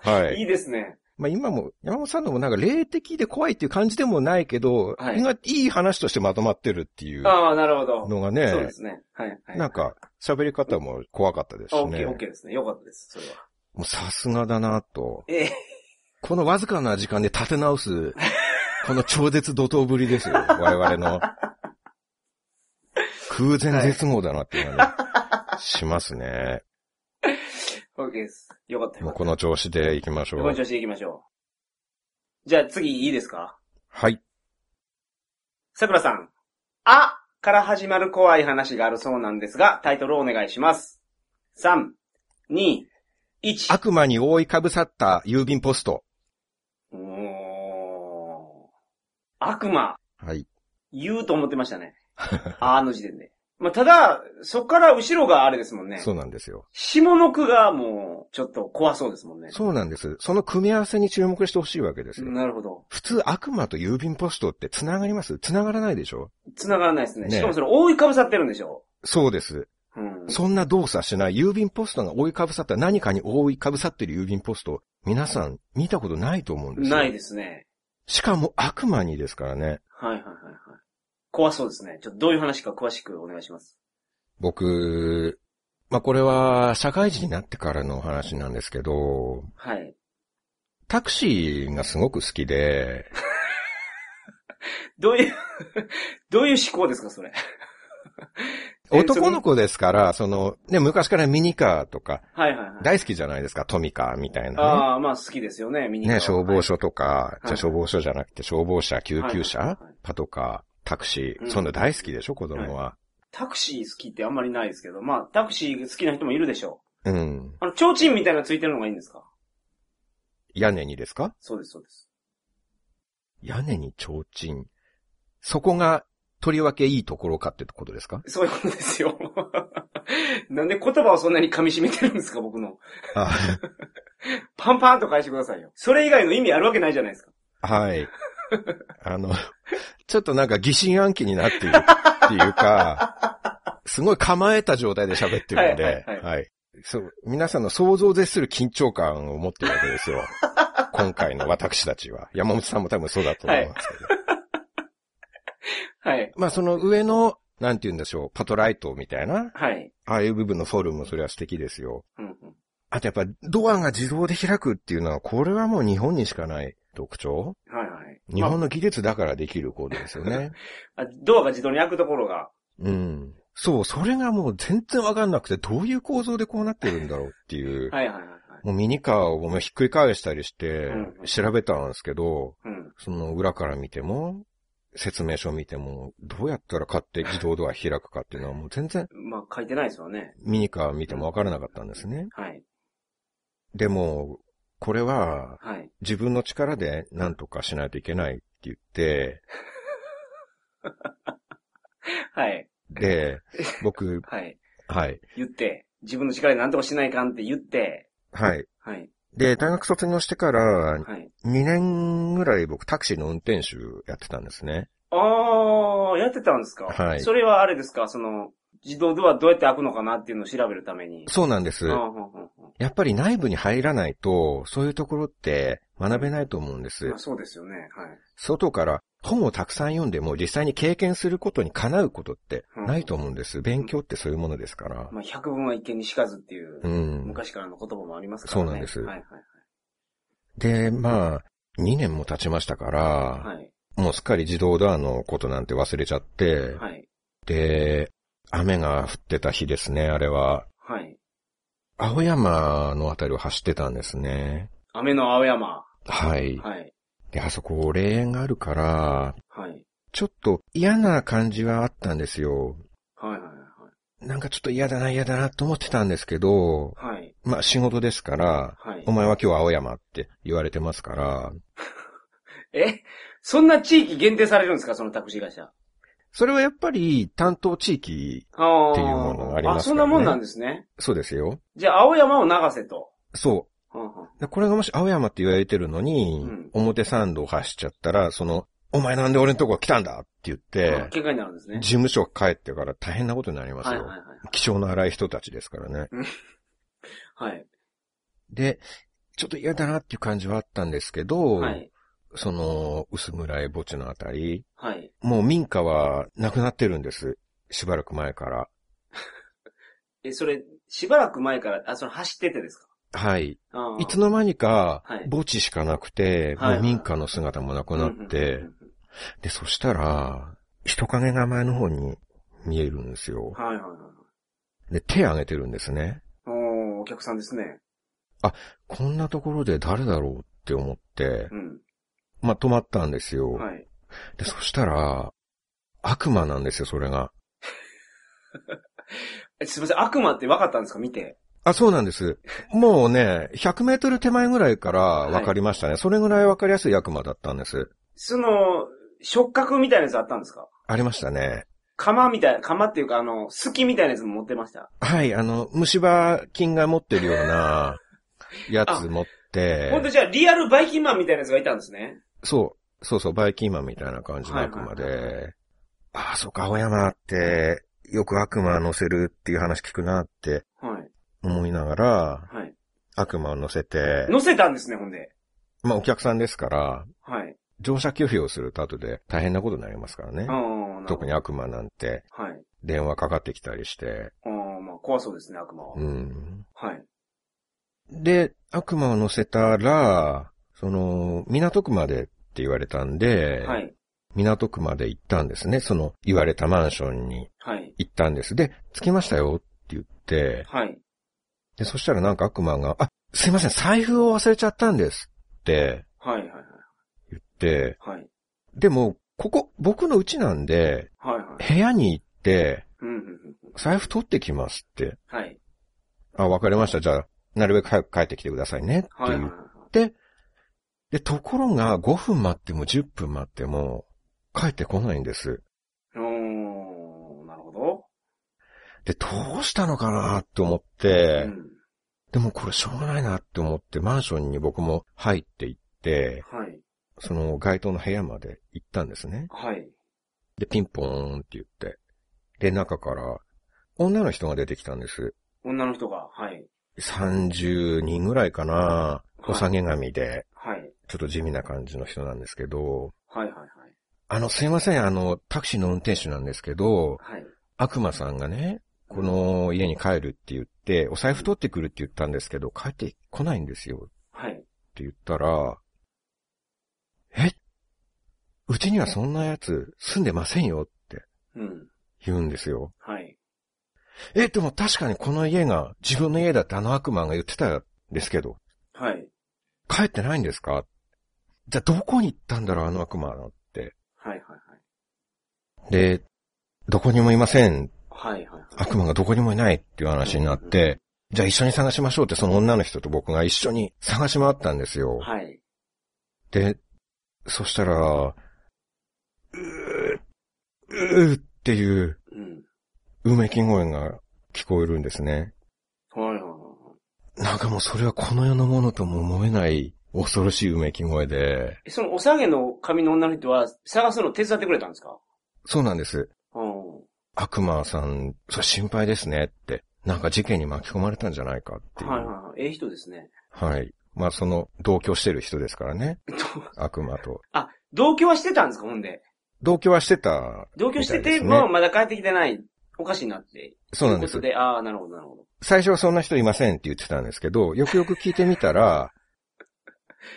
[SPEAKER 2] はい
[SPEAKER 3] い
[SPEAKER 2] い。
[SPEAKER 3] ですね。
[SPEAKER 2] まあ今も、山本さんのもなんか霊的で怖いっていう感じでもないけど、
[SPEAKER 3] はい
[SPEAKER 2] 意外といい話としてまとまってるっていう
[SPEAKER 3] ああ、なるほど。
[SPEAKER 2] のが
[SPEAKER 3] そう
[SPEAKER 2] ね
[SPEAKER 3] で、すね。はい。はい、
[SPEAKER 2] なんか、喋り方も怖かったです
[SPEAKER 3] あ、
[SPEAKER 2] し
[SPEAKER 3] オッ
[SPEAKER 2] ね
[SPEAKER 3] ケー、オ。ッケーですね。よかったです、それは。
[SPEAKER 2] もうさすがだなと。
[SPEAKER 3] ええ
[SPEAKER 2] このわずかな時間で立て直す、この超絶怒涛ぶりですよ。我々の。空前絶望だなっていう感じしますね。
[SPEAKER 3] オッケーです。よかったよ
[SPEAKER 2] も
[SPEAKER 3] か
[SPEAKER 2] う
[SPEAKER 3] っ
[SPEAKER 2] こ
[SPEAKER 3] た。
[SPEAKER 2] の調子で行きましょ
[SPEAKER 3] この
[SPEAKER 2] う。
[SPEAKER 3] 調子でいきましょう。じゃあ次いいですか
[SPEAKER 2] はい。
[SPEAKER 3] 桜さん。あから始まる怖い話があるそうなんですが、タイトルをお願いします。3、2、1。
[SPEAKER 2] 悪魔に覆いかぶさった郵便ポスト。
[SPEAKER 3] おー悪魔、
[SPEAKER 2] はい。
[SPEAKER 3] 言うと思ってました ね。あーの時点で。まあ、ただ、そっから後ろがあれですもんね。
[SPEAKER 2] そうなんですよ。
[SPEAKER 3] 下の句がもう、ちょっと怖そうですもんね。
[SPEAKER 2] そうなんです。その組み合わせに注目してほしいわけですよ。
[SPEAKER 3] なるほど。
[SPEAKER 2] 普通悪魔と郵便ポストって繋がります繋がらないでしょ
[SPEAKER 3] 繋がらないですね。
[SPEAKER 2] ね
[SPEAKER 3] しかもそれ覆いかぶさってるんでしょ
[SPEAKER 2] そうです。
[SPEAKER 3] うん。
[SPEAKER 2] そんな動作しない郵便ポストが覆いかぶさった何かに覆いかぶさってる郵便ポスト、皆さん見たことないと思うんですよ。
[SPEAKER 3] ないですね。
[SPEAKER 2] しかも悪魔にですからね。
[SPEAKER 3] はいはいはいはい。怖そうですね。ちょっとどういう話か詳しくお願いします。
[SPEAKER 2] 僕、まあ、これは社会人になってからのお話なんですけど、
[SPEAKER 3] はい。
[SPEAKER 2] タクシーがすごく好きで、
[SPEAKER 3] どう いう、どういう思考ですか、それ。え
[SPEAKER 2] 男の子ですから、その、ね、昔からミニカーとか、
[SPEAKER 3] はいはいはい。
[SPEAKER 2] 大好きじゃないですか、トミカーみたいな
[SPEAKER 3] ああ、まあ好きですよね、ミニ
[SPEAKER 2] ね。
[SPEAKER 3] カー
[SPEAKER 2] ね、
[SPEAKER 3] は
[SPEAKER 2] 消防署とか、
[SPEAKER 3] い
[SPEAKER 2] じゃあ消防署じゃなくて消防車、救急
[SPEAKER 3] はいは
[SPEAKER 2] 車
[SPEAKER 3] いはい
[SPEAKER 2] パトカー、タクシ
[SPEAKER 3] う
[SPEAKER 2] ー、
[SPEAKER 3] ん
[SPEAKER 2] そんな大好きでしょ、子供は。
[SPEAKER 3] タクシー好きってあんまりないですけど、まあタクシー好きな人もいるでしょ
[SPEAKER 2] うん
[SPEAKER 3] う。。あの、提灯みたいなのついてるのがいいんですか
[SPEAKER 2] 屋根にですか
[SPEAKER 3] そうです、そうです。
[SPEAKER 2] 屋根に提灯。そこが、とりわけいいところかってことですか
[SPEAKER 3] そういうことですよ。 なんで言葉をそんなに噛み締めてるんですか、僕の。
[SPEAKER 2] あ
[SPEAKER 3] パンパンと返してくださいよ。それ以外の意味あるわけないじゃないですか。
[SPEAKER 2] はい。あの、ちょっとなんか疑心暗鬼になっているっていうか、すごい構えた状態で喋ってるんで、
[SPEAKER 3] は
[SPEAKER 2] はいい
[SPEAKER 3] はいはい
[SPEAKER 2] そう、皆さんの想像を絶する緊張感を持ってるわけですよ。今回の私たちは。山本さんも多分そうだと思いますけど。
[SPEAKER 3] はい。
[SPEAKER 2] まあその上の、なんて言うんでしょう、パトライトみたいな、
[SPEAKER 3] はい。
[SPEAKER 2] ああいう部分のフォルムもそれは素敵ですよ。
[SPEAKER 3] うんうん、
[SPEAKER 2] あとやっぱドアが自動で開くっていうのは、これはもう日本にしかない特徴
[SPEAKER 3] はいはい。
[SPEAKER 2] 日本の技術だからできることですよね。
[SPEAKER 3] あドアが自動に開くところが。
[SPEAKER 2] うん。そう、それがもう全然わかんなくて、どういう構造でこうなってるんだろうっていう。
[SPEAKER 3] はいはいはいはい。
[SPEAKER 2] もうミニカーをもうひっくり返したりして
[SPEAKER 3] うん、
[SPEAKER 2] 調べたんですけど、
[SPEAKER 3] うん。
[SPEAKER 2] その裏から見ても、説明書見ても、どうやったら買って自動ドア開くかっていうのはもう全然
[SPEAKER 3] まあ書いてないですよね。
[SPEAKER 2] ミニカー見てもわからなかったんですね。
[SPEAKER 3] はい。
[SPEAKER 2] でも、これは
[SPEAKER 3] はい。
[SPEAKER 2] 自分の力で何とかしないといけないって言って、
[SPEAKER 3] はい。
[SPEAKER 2] で、僕、
[SPEAKER 3] はい。
[SPEAKER 2] はい、
[SPEAKER 3] 言って、自分の力で何とかしないかんって言って、
[SPEAKER 2] はい。
[SPEAKER 3] はい。
[SPEAKER 2] で、大学卒業してから、
[SPEAKER 3] はい。
[SPEAKER 2] 2年ぐらい僕タクシーの運転手やってたんですね。
[SPEAKER 3] あー、やってたんですか
[SPEAKER 2] はい
[SPEAKER 3] それはあれですかその、自動ドアどうやって開くのかなっていうのを調べるために。
[SPEAKER 2] そうなんです
[SPEAKER 3] あ。ーほんほんほん
[SPEAKER 2] やっぱり内部に入らないと、そういうところって学べないと思うんです
[SPEAKER 3] まあ。そうですよね。はい。
[SPEAKER 2] 外から本をたくさん読んでも実際に経験することにかなうことってないと思うんです。勉強ってそういうものですから。
[SPEAKER 3] まあ、百分は一見にしかずっていう
[SPEAKER 2] う、ん。
[SPEAKER 3] 昔からの言葉もありますから
[SPEAKER 2] そ
[SPEAKER 3] ね。
[SPEAKER 2] うなんです
[SPEAKER 3] はいはい
[SPEAKER 2] で、まあ、2年も経ちましたから、
[SPEAKER 3] はい。はい。
[SPEAKER 2] もうすっかり自動ドアのことなんて忘れちゃって、
[SPEAKER 3] はい。
[SPEAKER 2] で、雨が降ってた日ですね、あれは。
[SPEAKER 3] はい。
[SPEAKER 2] 青山のあたりを走ってたんですね。
[SPEAKER 3] 雨の青山。
[SPEAKER 2] はい。
[SPEAKER 3] はい。
[SPEAKER 2] で、あそこ、霊園があるから、
[SPEAKER 3] はい。
[SPEAKER 2] ちょっと嫌な感じはあったんですよ。
[SPEAKER 3] はいはい
[SPEAKER 2] なんかちょっと嫌だな、嫌だなと思ってたんですけど、
[SPEAKER 3] はい。はい。
[SPEAKER 2] まあ仕事ですから、
[SPEAKER 3] はい
[SPEAKER 2] お。前は今日青山って言われてますから、
[SPEAKER 3] えそんな地域限定されるんですかそのタクシー会社。
[SPEAKER 2] それはやっぱり担当地域、
[SPEAKER 3] ああ。
[SPEAKER 2] っていうものがあります
[SPEAKER 3] そ
[SPEAKER 2] からね
[SPEAKER 3] んなもんなんですね。
[SPEAKER 2] そうですよ。
[SPEAKER 3] じゃあ、青山を流せと。
[SPEAKER 2] そ
[SPEAKER 3] うんうん
[SPEAKER 2] う。でこれがもし青山って言われてるのに、
[SPEAKER 3] うん
[SPEAKER 2] 表参道走っちゃったら、その、お前なんで俺のとこ来たんだって言って、
[SPEAKER 3] 結果になるんですね
[SPEAKER 2] 事。務所帰ってから大変なことになります
[SPEAKER 3] はい
[SPEAKER 2] よ。
[SPEAKER 3] はいはい。
[SPEAKER 2] 気性の荒い人たちですからね。
[SPEAKER 3] はい。
[SPEAKER 2] で、ちょっと嫌だなっていう感じはあったんですけど、
[SPEAKER 3] はい。
[SPEAKER 2] その、薄村い墓地のあたり、
[SPEAKER 3] はい。
[SPEAKER 2] もう民家はなくなってるんです。しばらく前から。
[SPEAKER 3] え、それ、しばらく前から、あ、それ走っててですか
[SPEAKER 2] はい。
[SPEAKER 3] あー
[SPEAKER 2] いつの間にか
[SPEAKER 3] はい、
[SPEAKER 2] 墓地しかなくて、
[SPEAKER 3] はい
[SPEAKER 2] もう民家の姿もなくなっ
[SPEAKER 3] うんう
[SPEAKER 2] て
[SPEAKER 3] ん、うん
[SPEAKER 2] で、そしたら、人影が前の方に見えるんですよ
[SPEAKER 3] うん。はいはいはい。
[SPEAKER 2] で、手挙げてるんですね。
[SPEAKER 3] おー、お客さんですね。
[SPEAKER 2] こんなところで誰だろうって思って、
[SPEAKER 3] うん。
[SPEAKER 2] まあ、止まったんですよ。
[SPEAKER 3] はい。
[SPEAKER 2] で、そしたら、悪魔なんですよ、それが。
[SPEAKER 3] え、すみません、悪魔って分かったんですか見て。
[SPEAKER 2] あ、そうなん です。もうね、100メートル手前ぐらいから分かりましたね。それぐらい分かりやすい悪魔だったんです。
[SPEAKER 3] その、触覚みたいなやつあったんですか
[SPEAKER 2] ありましたね。
[SPEAKER 3] 釜みたい、釜っていうか、あの、好きみたいなやつも持ってました。
[SPEAKER 2] はい、あの、虫歯菌が持ってるよう なやつ持っ
[SPEAKER 3] ほんと
[SPEAKER 2] て、
[SPEAKER 3] じゃあ、リアルバイキンマンみたいなやつがいたんですね。
[SPEAKER 2] そう、そうそう、バイキンマンみたいな感じの悪魔
[SPEAKER 3] はいは
[SPEAKER 2] で、ああ、そうか、青山ってよく悪魔乗せるっていう話聞くなって
[SPEAKER 3] はい。
[SPEAKER 2] 思いながら、
[SPEAKER 3] はい。
[SPEAKER 2] 悪魔を乗せて、
[SPEAKER 3] 乗せたんですね、ほんで。
[SPEAKER 2] まあお客さんですから、
[SPEAKER 3] はい。
[SPEAKER 2] 乗車拒否をすると後で大変なことになりますからね
[SPEAKER 3] あ。あ、
[SPEAKER 2] 特に
[SPEAKER 3] は
[SPEAKER 2] 悪魔なんて
[SPEAKER 3] い。
[SPEAKER 2] 電話かかってきたりして、
[SPEAKER 3] ああ、まあ、怖そうですね、悪魔は。
[SPEAKER 2] うん。
[SPEAKER 3] はい。
[SPEAKER 2] で、悪魔を乗せたら、その、港区までって言われたんで、
[SPEAKER 3] はい。
[SPEAKER 2] 港区まで行ったんですね。その、言われたマンションに
[SPEAKER 3] はい。
[SPEAKER 2] 行ったんです。で、着きましたよって言って、
[SPEAKER 3] はい。
[SPEAKER 2] で、そしたらなんか悪魔が、あ、すいません、財布を忘れちゃったんですって
[SPEAKER 3] はい。はい。はい
[SPEAKER 2] 言って、
[SPEAKER 3] はい。
[SPEAKER 2] でも、ここ、僕の家なんで、
[SPEAKER 3] はい。はい。
[SPEAKER 2] 部屋に行って、
[SPEAKER 3] うんうんうん。
[SPEAKER 2] 財布取ってきますって。
[SPEAKER 3] はい。
[SPEAKER 2] あ、わかりました。じゃあ、なるべく早く帰ってきてくださいね。っていう。
[SPEAKER 3] はい。はいはい。
[SPEAKER 2] で、ところが、5分待っても10分待っても、帰ってこないんです。
[SPEAKER 3] おー、なるほど。
[SPEAKER 2] で、どうしたのかなと思っ
[SPEAKER 3] う
[SPEAKER 2] て、
[SPEAKER 3] ん。
[SPEAKER 2] でもこれしょうがないなって思って、マンションに僕も入って行って、
[SPEAKER 3] はい。
[SPEAKER 2] その街灯の部屋まで行ったんですね。
[SPEAKER 3] はい。
[SPEAKER 2] で、ピンポーンって言って。で、中から、女の人が出てきたんです。
[SPEAKER 3] 女の人が、はい。
[SPEAKER 2] 30人ぐらいかな。お下げ髪で、
[SPEAKER 3] はい。
[SPEAKER 2] ちょっと地味な感じの人なんですけど、
[SPEAKER 3] はい。はい。はい。
[SPEAKER 2] あの、すいません、あの、タクシーの運転手なんですけど、
[SPEAKER 3] はい。
[SPEAKER 2] 悪魔さんがね、この家に帰るって言って、お財布取ってくるって言ったんですけど、帰ってこないんですよ
[SPEAKER 3] はい。
[SPEAKER 2] って言ったら、えうちにはそんなやつ住んでませんよって
[SPEAKER 3] うん。
[SPEAKER 2] 言うんですよ。
[SPEAKER 3] はい。
[SPEAKER 2] え、でも確かにこの家が自分の家だってあの悪魔が言ってたんですけど、
[SPEAKER 3] はい。
[SPEAKER 2] 帰ってないんですかじゃあどこに行ったんだろうあの悪魔はって。
[SPEAKER 3] はい。はい。
[SPEAKER 2] で、どこにもいません。
[SPEAKER 3] はい。はい。はい。
[SPEAKER 2] 悪魔がどこにもいないっていう話になって、じゃあ一緒に探しましょうってその女の人と僕が一緒に探し回ったんですよ。
[SPEAKER 3] はい。
[SPEAKER 2] で、そしたら、うー、うーっていう
[SPEAKER 3] うん。
[SPEAKER 2] うめき声が聞こえるんですね。
[SPEAKER 3] はい。はい。はい
[SPEAKER 2] なんかもうそれはこの世のものとも思えない恐ろしいうめき声で、
[SPEAKER 3] えそのお下げの髪の女の人は探すの手伝ってくれたんですか
[SPEAKER 2] そうなんです。
[SPEAKER 3] うん。は
[SPEAKER 2] 悪魔さん、それ心配ですねって、なんか事件に巻き込まれたんじゃないかって
[SPEAKER 3] い
[SPEAKER 2] いう。
[SPEAKER 3] はいはい。ええ人ですね。
[SPEAKER 2] はい。まあその同居してる人ですからね。悪魔と。
[SPEAKER 3] あ、 同居はしてたんですかほんで。
[SPEAKER 2] 同居はしてた、
[SPEAKER 3] 同居してて
[SPEAKER 2] みたいです
[SPEAKER 3] も、まだ帰ってきてない。おかしいなって。
[SPEAKER 2] そうなんで
[SPEAKER 3] とい
[SPEAKER 2] す
[SPEAKER 3] うこと。で、ああ、なるほど、なるほど。
[SPEAKER 2] 最初はそんな人いませんって言ってたんですけど、よくよく聞いてみたら、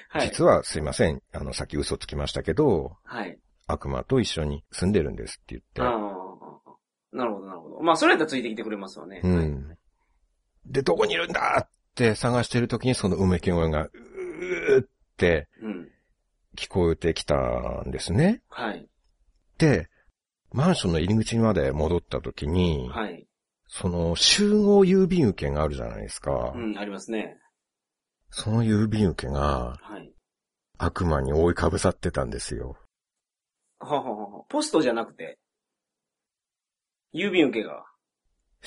[SPEAKER 3] はい。
[SPEAKER 2] 実はすいません、あの、さっき嘘つきましたけど、
[SPEAKER 3] はい。
[SPEAKER 2] 悪魔と一緒に住んでるんですって
[SPEAKER 3] ああ
[SPEAKER 2] 言って、
[SPEAKER 3] なるほど、なるほど。まあ、それやったらついてきてくれますわね。
[SPEAKER 2] うん
[SPEAKER 3] はい
[SPEAKER 2] で、どこにいるんだって探してる時にそのうめき声が、うーって
[SPEAKER 3] うん。
[SPEAKER 2] 聞こえてきたんですね。
[SPEAKER 3] はい。
[SPEAKER 2] で、マンションの入り口まで戻った時に、
[SPEAKER 3] はい。
[SPEAKER 2] その集合郵便受けがあるじゃないですか。
[SPEAKER 3] うん、ありますね。
[SPEAKER 2] その郵便受けが
[SPEAKER 3] はい。
[SPEAKER 2] 悪魔に覆いかぶさってたんですよ。
[SPEAKER 3] ははははポストじゃなくて、郵便受けが。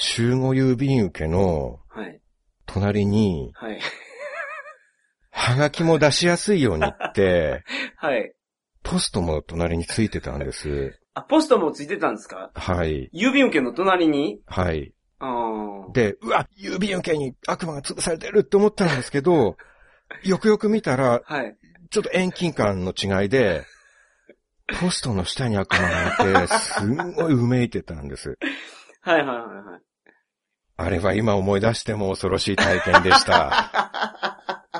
[SPEAKER 2] 集合郵便受けの
[SPEAKER 3] はい。
[SPEAKER 2] 隣に、
[SPEAKER 3] はい。
[SPEAKER 2] はがきも出しやすいようにって、
[SPEAKER 3] はい。
[SPEAKER 2] ポストも隣についてたんです。
[SPEAKER 3] あ、ポストもついてたんですか
[SPEAKER 2] はい。
[SPEAKER 3] 郵便受けの隣に
[SPEAKER 2] はい。
[SPEAKER 3] ああ。
[SPEAKER 2] で、うわ、郵便受けに悪魔が潰されてるって思ったんですけど、よくよく見たら、
[SPEAKER 3] はい。
[SPEAKER 2] ちょっと遠近感の違いで、ポストの下に悪魔がいて、すんごいうめいてたんです。
[SPEAKER 3] はいはいはいはい。
[SPEAKER 2] あれは今思い出しても恐ろしい体験でした。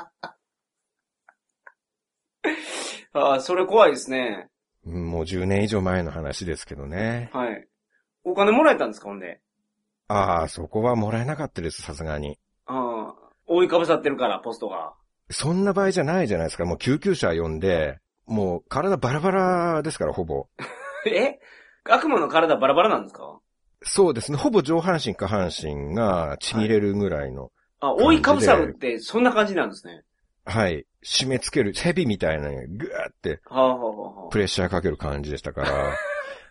[SPEAKER 3] ああ、それ怖いですね。
[SPEAKER 2] うんもう10年以上前の話ですけどね。
[SPEAKER 3] はい。お金もらえたんですかほんで。
[SPEAKER 2] ああ、そこはもらえなかったです、さすがに。
[SPEAKER 3] ああ。覆いかぶさってるから、ポストが。
[SPEAKER 2] そんな場合じゃないじゃないですか。もう救急車呼んで、もう体バラバラですから、ほぼ。
[SPEAKER 3] え悪魔の体バラバラなんですか
[SPEAKER 2] そうですね。ほぼ上半身、下半身がちぎれるぐらいの、
[SPEAKER 3] あ、覆いかぶさるって、そんな感じなんですね。
[SPEAKER 2] はい、締め付ける、蛇みたいなのにグーって
[SPEAKER 3] はあはあはあは
[SPEAKER 2] プレッシャーかける感じでした から、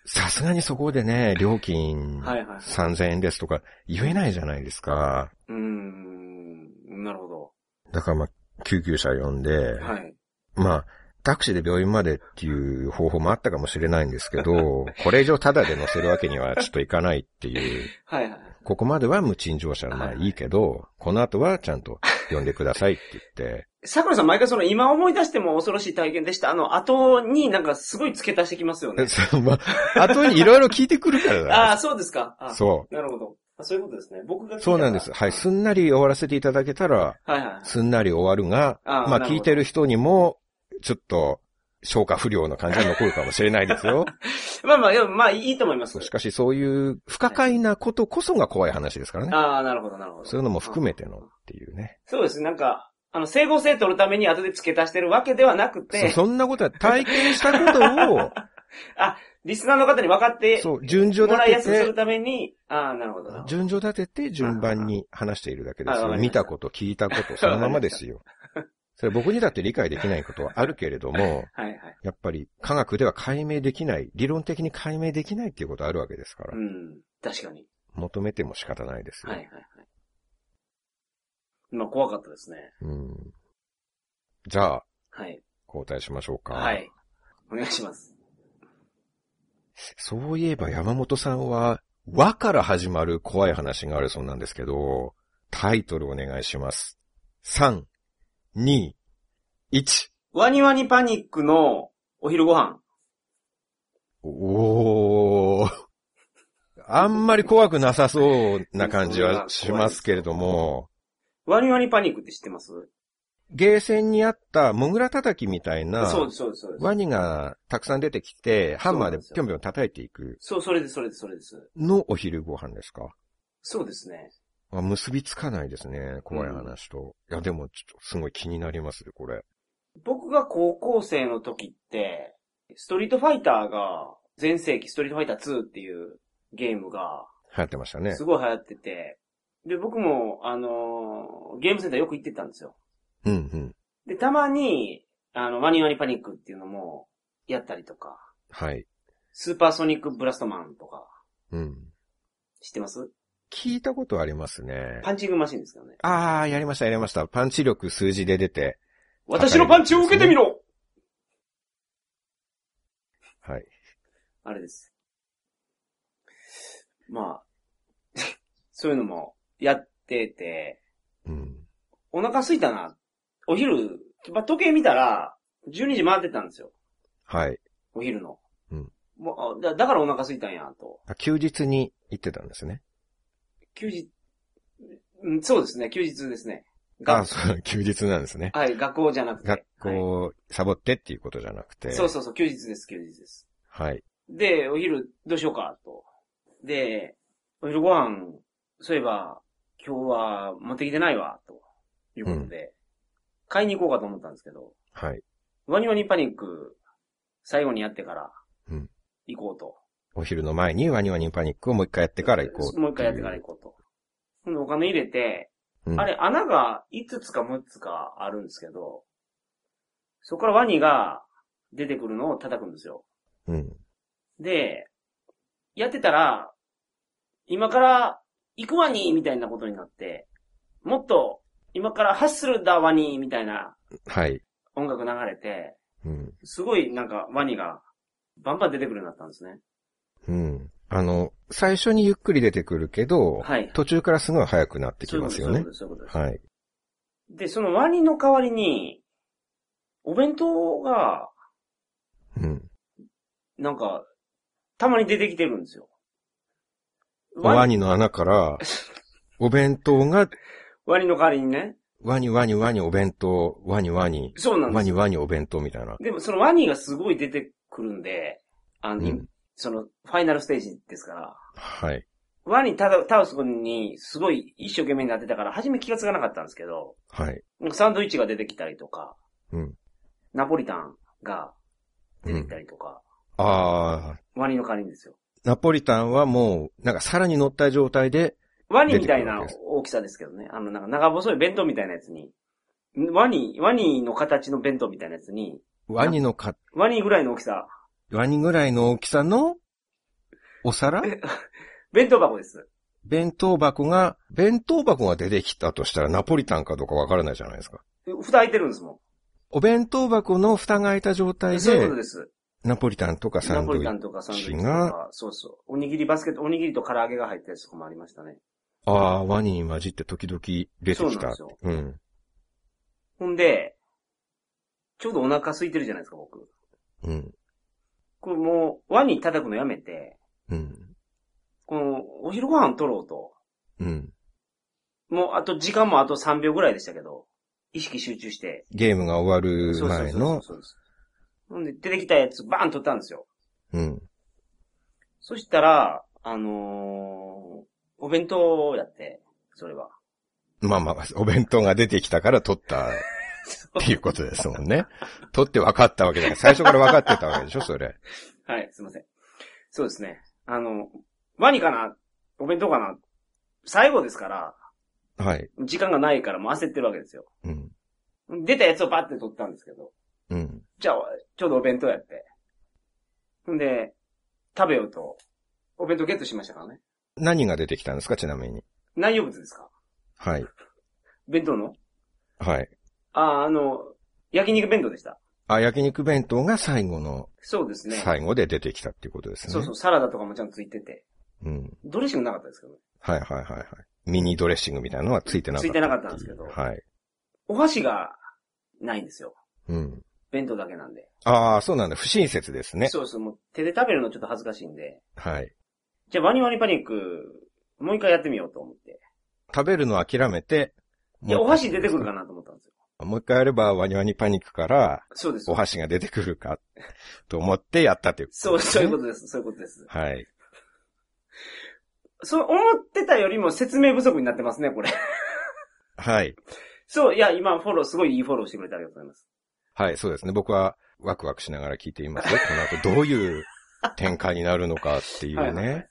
[SPEAKER 2] さすがにそこでね、料金
[SPEAKER 3] あ。はいはい。
[SPEAKER 2] 3000円ですとか言えないじゃないですか。
[SPEAKER 3] うーん。なるほど。
[SPEAKER 2] だからまあ、救急車呼んで、
[SPEAKER 3] はい。
[SPEAKER 2] まあ、タクシーで病院までっていう方法もあったかもしれないんですけど、これ以上タダで乗せるわけにはちょっといかないっていう、
[SPEAKER 3] はいはい。
[SPEAKER 2] ここまでは無賃乗車、まあいいけど、この後はちゃんと呼んでくださいって言って、
[SPEAKER 3] 桜さん毎回その今思い出しても恐ろしい体験でした。あの、後になんかすごい付け足してきますよ ね。
[SPEAKER 2] そう まあ、後にいろいろ聞いてくるから
[SPEAKER 3] あ
[SPEAKER 2] だ。
[SPEAKER 3] あ、そうですか。 あ
[SPEAKER 2] そ。
[SPEAKER 3] なるほど。あそういうことですね。僕が聞いうた
[SPEAKER 2] そうなんです。はい。すんなり終わらせていただけたら、
[SPEAKER 3] はいはい。
[SPEAKER 2] すんなり終わるが、
[SPEAKER 3] あー
[SPEAKER 2] ま
[SPEAKER 3] なる
[SPEAKER 2] あ
[SPEAKER 3] ほど
[SPEAKER 2] 聞いてる人にも、ちょっと、消化不良の感じが残るかもしれないです よ。
[SPEAKER 3] まあまあ、でもまあいいと思います
[SPEAKER 2] そう。しかしそういう不可解なことこそが怖い話ですからね。
[SPEAKER 3] ああ、なるほど、なるほど。
[SPEAKER 2] そういうのも含めてのっていうね。
[SPEAKER 3] そうですね。なんか、あの、整合性取るために後で付け足してるわけではなく
[SPEAKER 2] そ
[SPEAKER 3] て、
[SPEAKER 2] そんなことは体験したこと を、
[SPEAKER 3] リスナーの方に分かって
[SPEAKER 2] そう、順序
[SPEAKER 3] もらいや
[SPEAKER 2] 立
[SPEAKER 3] すくす
[SPEAKER 2] て
[SPEAKER 3] る
[SPEAKER 2] て、
[SPEAKER 3] ために、ああ、なるほどなるほど。
[SPEAKER 2] 順序立てて順番に話しているだけですよ。
[SPEAKER 3] あわかりまし
[SPEAKER 2] 見
[SPEAKER 3] た
[SPEAKER 2] たこと、聞いた こと、そのままですよ。それ僕にだって理解できないことはあるけれども、
[SPEAKER 3] はいはい。
[SPEAKER 2] やっぱり科学では解明できない、理論的に解明できないっていうことあるわけですから
[SPEAKER 3] う、ん。確かに。
[SPEAKER 2] 求めても仕方ないですよ。
[SPEAKER 3] はいはいはい。まあ、怖かったですね。
[SPEAKER 2] うん、じゃあ、
[SPEAKER 3] はい。
[SPEAKER 2] 交代しましょうか。
[SPEAKER 3] はい。お願いします。
[SPEAKER 2] そういえば山本さんは、和から始まる怖い話があるそうなんですけど、タイトルお願いします。3、2、1。
[SPEAKER 3] ワニワニパニックのお昼ご飯。
[SPEAKER 2] おー。あんまり怖くなさそうな感じはしますけれども、
[SPEAKER 3] ワニワニパニックって知ってます
[SPEAKER 2] ゲーセンにあったモグラ叩きみたいな、
[SPEAKER 3] そうです、そうです、そうです。
[SPEAKER 2] ワニがたくさん出てきて、ハンマーでぴょんぴょん叩いていく
[SPEAKER 3] そう、それです、それです、それです。
[SPEAKER 2] のお昼ご飯ですか
[SPEAKER 3] そうですね。
[SPEAKER 2] あ結びつかないですね。怖い話と。いや、でも、ちょっと、すごい気になりますね、これ。
[SPEAKER 3] 僕が高校生の時って、ストリートファイターが、全盛期ストリートファイター2っていうゲームが、
[SPEAKER 2] 流行ってましたね
[SPEAKER 3] す。ごい流行ってて、で、僕も、あのーゲームセンターよく行ってたんですよ。
[SPEAKER 2] うんうん。
[SPEAKER 3] で、たまに、あの、ワニワニパニックっていうのも、やったりとか、
[SPEAKER 2] はい。
[SPEAKER 3] スーパーソニックブラストマンとか、
[SPEAKER 2] うん。
[SPEAKER 3] 知ってます
[SPEAKER 2] 聞いたことありますね。
[SPEAKER 3] パンチングマシンですけどね。
[SPEAKER 2] あー、やりました、やりました。パンチ力数字で出て。
[SPEAKER 3] 私のパンチを受けてみろ
[SPEAKER 2] はい。
[SPEAKER 3] あれです。まあ、 そういうのもやってて、
[SPEAKER 2] うん。
[SPEAKER 3] お腹空いたな。お昼、まあ、時計見たら、12時回ってたんですよ。
[SPEAKER 2] はい。
[SPEAKER 3] お昼の。
[SPEAKER 2] うん
[SPEAKER 3] もうあだだからお腹空いたんや、と。
[SPEAKER 2] あ休日に行ってたんですね。
[SPEAKER 3] 休日、うんそうですね、休日ですね。
[SPEAKER 2] あー、
[SPEAKER 3] 学
[SPEAKER 2] そう、 休日なんですね。
[SPEAKER 3] はい、学校じゃなくて。
[SPEAKER 2] 学
[SPEAKER 3] は
[SPEAKER 2] 校、サボってっていうことじゃなくて。
[SPEAKER 3] いそうそうそう、休日です、休日です。
[SPEAKER 2] はい。
[SPEAKER 3] で、お昼どうしようか、と。で、お昼ご飯、そういえば、今日は持ってきてないわ、ということで、買いに行こうかと思ったんですけど、
[SPEAKER 2] はい。
[SPEAKER 3] ワニワニパニック、最後にやってから
[SPEAKER 2] うん、
[SPEAKER 3] 行こうと。
[SPEAKER 2] お昼の前にワニワニパニックをもう一回やってから行こう
[SPEAKER 3] もう一回やってから
[SPEAKER 2] 行こ
[SPEAKER 3] 行こうと。ほんでお金入れて、
[SPEAKER 2] うん
[SPEAKER 3] あれ、穴が5つか6つかあるんですけど、そこからワニが出てくるのを叩くんですよ。
[SPEAKER 2] う。うん。
[SPEAKER 3] で、やってたら、今から行くワニみたいなことになって、もっと今からハッスルだワニみたいな
[SPEAKER 2] はい。
[SPEAKER 3] 音楽流れて、
[SPEAKER 2] うん。
[SPEAKER 3] すごいなんかワニがバンバン出てくるようになったんですね。
[SPEAKER 2] うん。あの、最初にゆっくり出てくるけど、
[SPEAKER 3] はい
[SPEAKER 2] 途中からすごい早くなってき
[SPEAKER 3] そういう
[SPEAKER 2] ま
[SPEAKER 3] こと
[SPEAKER 2] す
[SPEAKER 3] で
[SPEAKER 2] よね
[SPEAKER 3] すそういうこと。ですそういうことです。
[SPEAKER 2] はい。
[SPEAKER 3] で、そのワニの代わりに、お弁当が、
[SPEAKER 2] うん。
[SPEAKER 3] なんか、たまに出てきてるんですよ。
[SPEAKER 2] ワ
[SPEAKER 3] ニ
[SPEAKER 2] ニの穴 から、お弁当が、
[SPEAKER 3] ワニの代わりにね。
[SPEAKER 2] ワニワニワニお弁当、ワニワニ、
[SPEAKER 3] そうなんで
[SPEAKER 2] ワ
[SPEAKER 3] す
[SPEAKER 2] ニ
[SPEAKER 3] よ。
[SPEAKER 2] ワニお弁当みたいな。
[SPEAKER 3] でもそのワニがすごい出てくるんで、あ
[SPEAKER 2] う
[SPEAKER 3] の、
[SPEAKER 2] ん。
[SPEAKER 3] その、ファイナルステージですから。
[SPEAKER 2] はい。
[SPEAKER 3] ワニただ倒すことに、すごい一生懸命になってたから、初め気がつかなかったんですけど、
[SPEAKER 2] はい。
[SPEAKER 3] なんかサンドイッチが出てきたりとか、
[SPEAKER 2] うん。
[SPEAKER 3] ナポリタンが
[SPEAKER 2] う
[SPEAKER 3] 出てき
[SPEAKER 2] ん
[SPEAKER 3] た。りとか、
[SPEAKER 2] あー、
[SPEAKER 3] ワニの代わりにですよ。
[SPEAKER 2] ナポリタンはもう、なんか皿に乗った状態で、
[SPEAKER 3] ワニみたいな
[SPEAKER 2] 出てくるわけです
[SPEAKER 3] 大きさですけどね。あの、なんか長細い弁当みたいなやつに、ワニ、ワニの形の弁当みたいなやつに、
[SPEAKER 2] ワニのか、
[SPEAKER 3] ワニぐらいの大きさ、
[SPEAKER 2] ワニぐらいの大きさの、お皿
[SPEAKER 3] 弁当箱です。
[SPEAKER 2] 弁当箱が、弁当箱が出てきたとしたらナポリタンかどうかわからないじゃないですか。
[SPEAKER 3] 蓋開いてるんですも
[SPEAKER 2] お弁当箱の蓋が開いた状態
[SPEAKER 3] そういうこ
[SPEAKER 2] で
[SPEAKER 3] と、です。
[SPEAKER 2] ナポリタンとかサ
[SPEAKER 3] ナ
[SPEAKER 2] ン
[SPEAKER 3] ポ
[SPEAKER 2] ドイ
[SPEAKER 3] リ
[SPEAKER 2] ッ
[SPEAKER 3] タ
[SPEAKER 2] チ。
[SPEAKER 3] ンとかサンドイッチと
[SPEAKER 2] サンドイッチ
[SPEAKER 3] か、そうそう。おにぎりバスケット、おにぎりと唐揚げが入ったやつとかもありましたね。
[SPEAKER 2] ああ、ワニに混じって時々出て
[SPEAKER 3] そう
[SPEAKER 2] き
[SPEAKER 3] なんで
[SPEAKER 2] た
[SPEAKER 3] す。よ
[SPEAKER 2] うん。
[SPEAKER 3] ほんで、ちょうどお腹空いてるじゃないですか、僕。
[SPEAKER 2] うん。
[SPEAKER 3] これもう、ワニ叩くのやめて、
[SPEAKER 2] うん。
[SPEAKER 3] この、お昼ご飯取ろうと。
[SPEAKER 2] うん。
[SPEAKER 3] もう、あと、時間もあと3秒ぐらいでしたけど、意識集中して。
[SPEAKER 2] ゲームが終わる
[SPEAKER 3] そうそう
[SPEAKER 2] 前
[SPEAKER 3] そうそう
[SPEAKER 2] の、
[SPEAKER 3] そうです。ほんで、出てきたやつ、バーン取ったんですよ。
[SPEAKER 2] うん。
[SPEAKER 3] そしたら、あのー、お弁当をやって、それは。
[SPEAKER 2] まあまあ、お弁当が出てきたから取ったっていうことですもんね。取って分かったわけだから、最初から分かってたわけでしょ、それ。
[SPEAKER 3] はい、すいません。そうですね。あの、ワニかなお弁当かな最後ですから、
[SPEAKER 2] はい。
[SPEAKER 3] 時間がないからもう焦ってるわけですよ。
[SPEAKER 2] うん。
[SPEAKER 3] 出たやつをバッて取ったんですけど、
[SPEAKER 2] うん。
[SPEAKER 3] じゃあ、ちょうどお弁当やって。んで、食べようと、お弁当ゲットしましたからね。
[SPEAKER 2] 何が出てきたんですか、ちなみに。
[SPEAKER 3] 内容物ですか
[SPEAKER 2] はい。
[SPEAKER 3] 弁当の
[SPEAKER 2] はい。
[SPEAKER 3] あー、あの、焼肉弁当でした。
[SPEAKER 2] あ、焼肉弁当が最後の、
[SPEAKER 3] そうですね。
[SPEAKER 2] 最後で出てきたっていうことですね。
[SPEAKER 3] そうそう、サラダとかもちゃんとついてて。
[SPEAKER 2] うん。
[SPEAKER 3] ドレッシングなかったですけどね。
[SPEAKER 2] はいはいはいはい。ミニドレッシングみたいなのはついてなかった
[SPEAKER 3] ついてなかったんですけど
[SPEAKER 2] はい。
[SPEAKER 3] お箸がないんですよ。
[SPEAKER 2] うん。
[SPEAKER 3] 弁当だけなんで。
[SPEAKER 2] ああ、そうなんだ。不親切ですね。
[SPEAKER 3] そうそう、もう手で食べるのちょっと恥ずかしいんで。
[SPEAKER 2] はい。
[SPEAKER 3] じゃあ、ワニワニパニック、もう一回やってみようと思って。
[SPEAKER 2] 食べるの諦めて、
[SPEAKER 3] いや、お箸出てくるかなと思ったんですよ。
[SPEAKER 2] もう一回やればワニワニパニックから
[SPEAKER 3] そうです。
[SPEAKER 2] お箸が出てくるかと思ってやったという
[SPEAKER 3] そう、そういうこととです。そういうことです。
[SPEAKER 2] と。はい。
[SPEAKER 3] そう、思ってたよりも説明不足になってますね、これ。
[SPEAKER 2] はい。
[SPEAKER 3] そう、いや、今フォロー、すごいいいフォローしてくれてありがとうございます。
[SPEAKER 2] はい、そうですね。僕はワクワクしながら聞いていますよ。この後どういう展開になるのかってい
[SPEAKER 3] は
[SPEAKER 2] う
[SPEAKER 3] いはいは
[SPEAKER 2] ね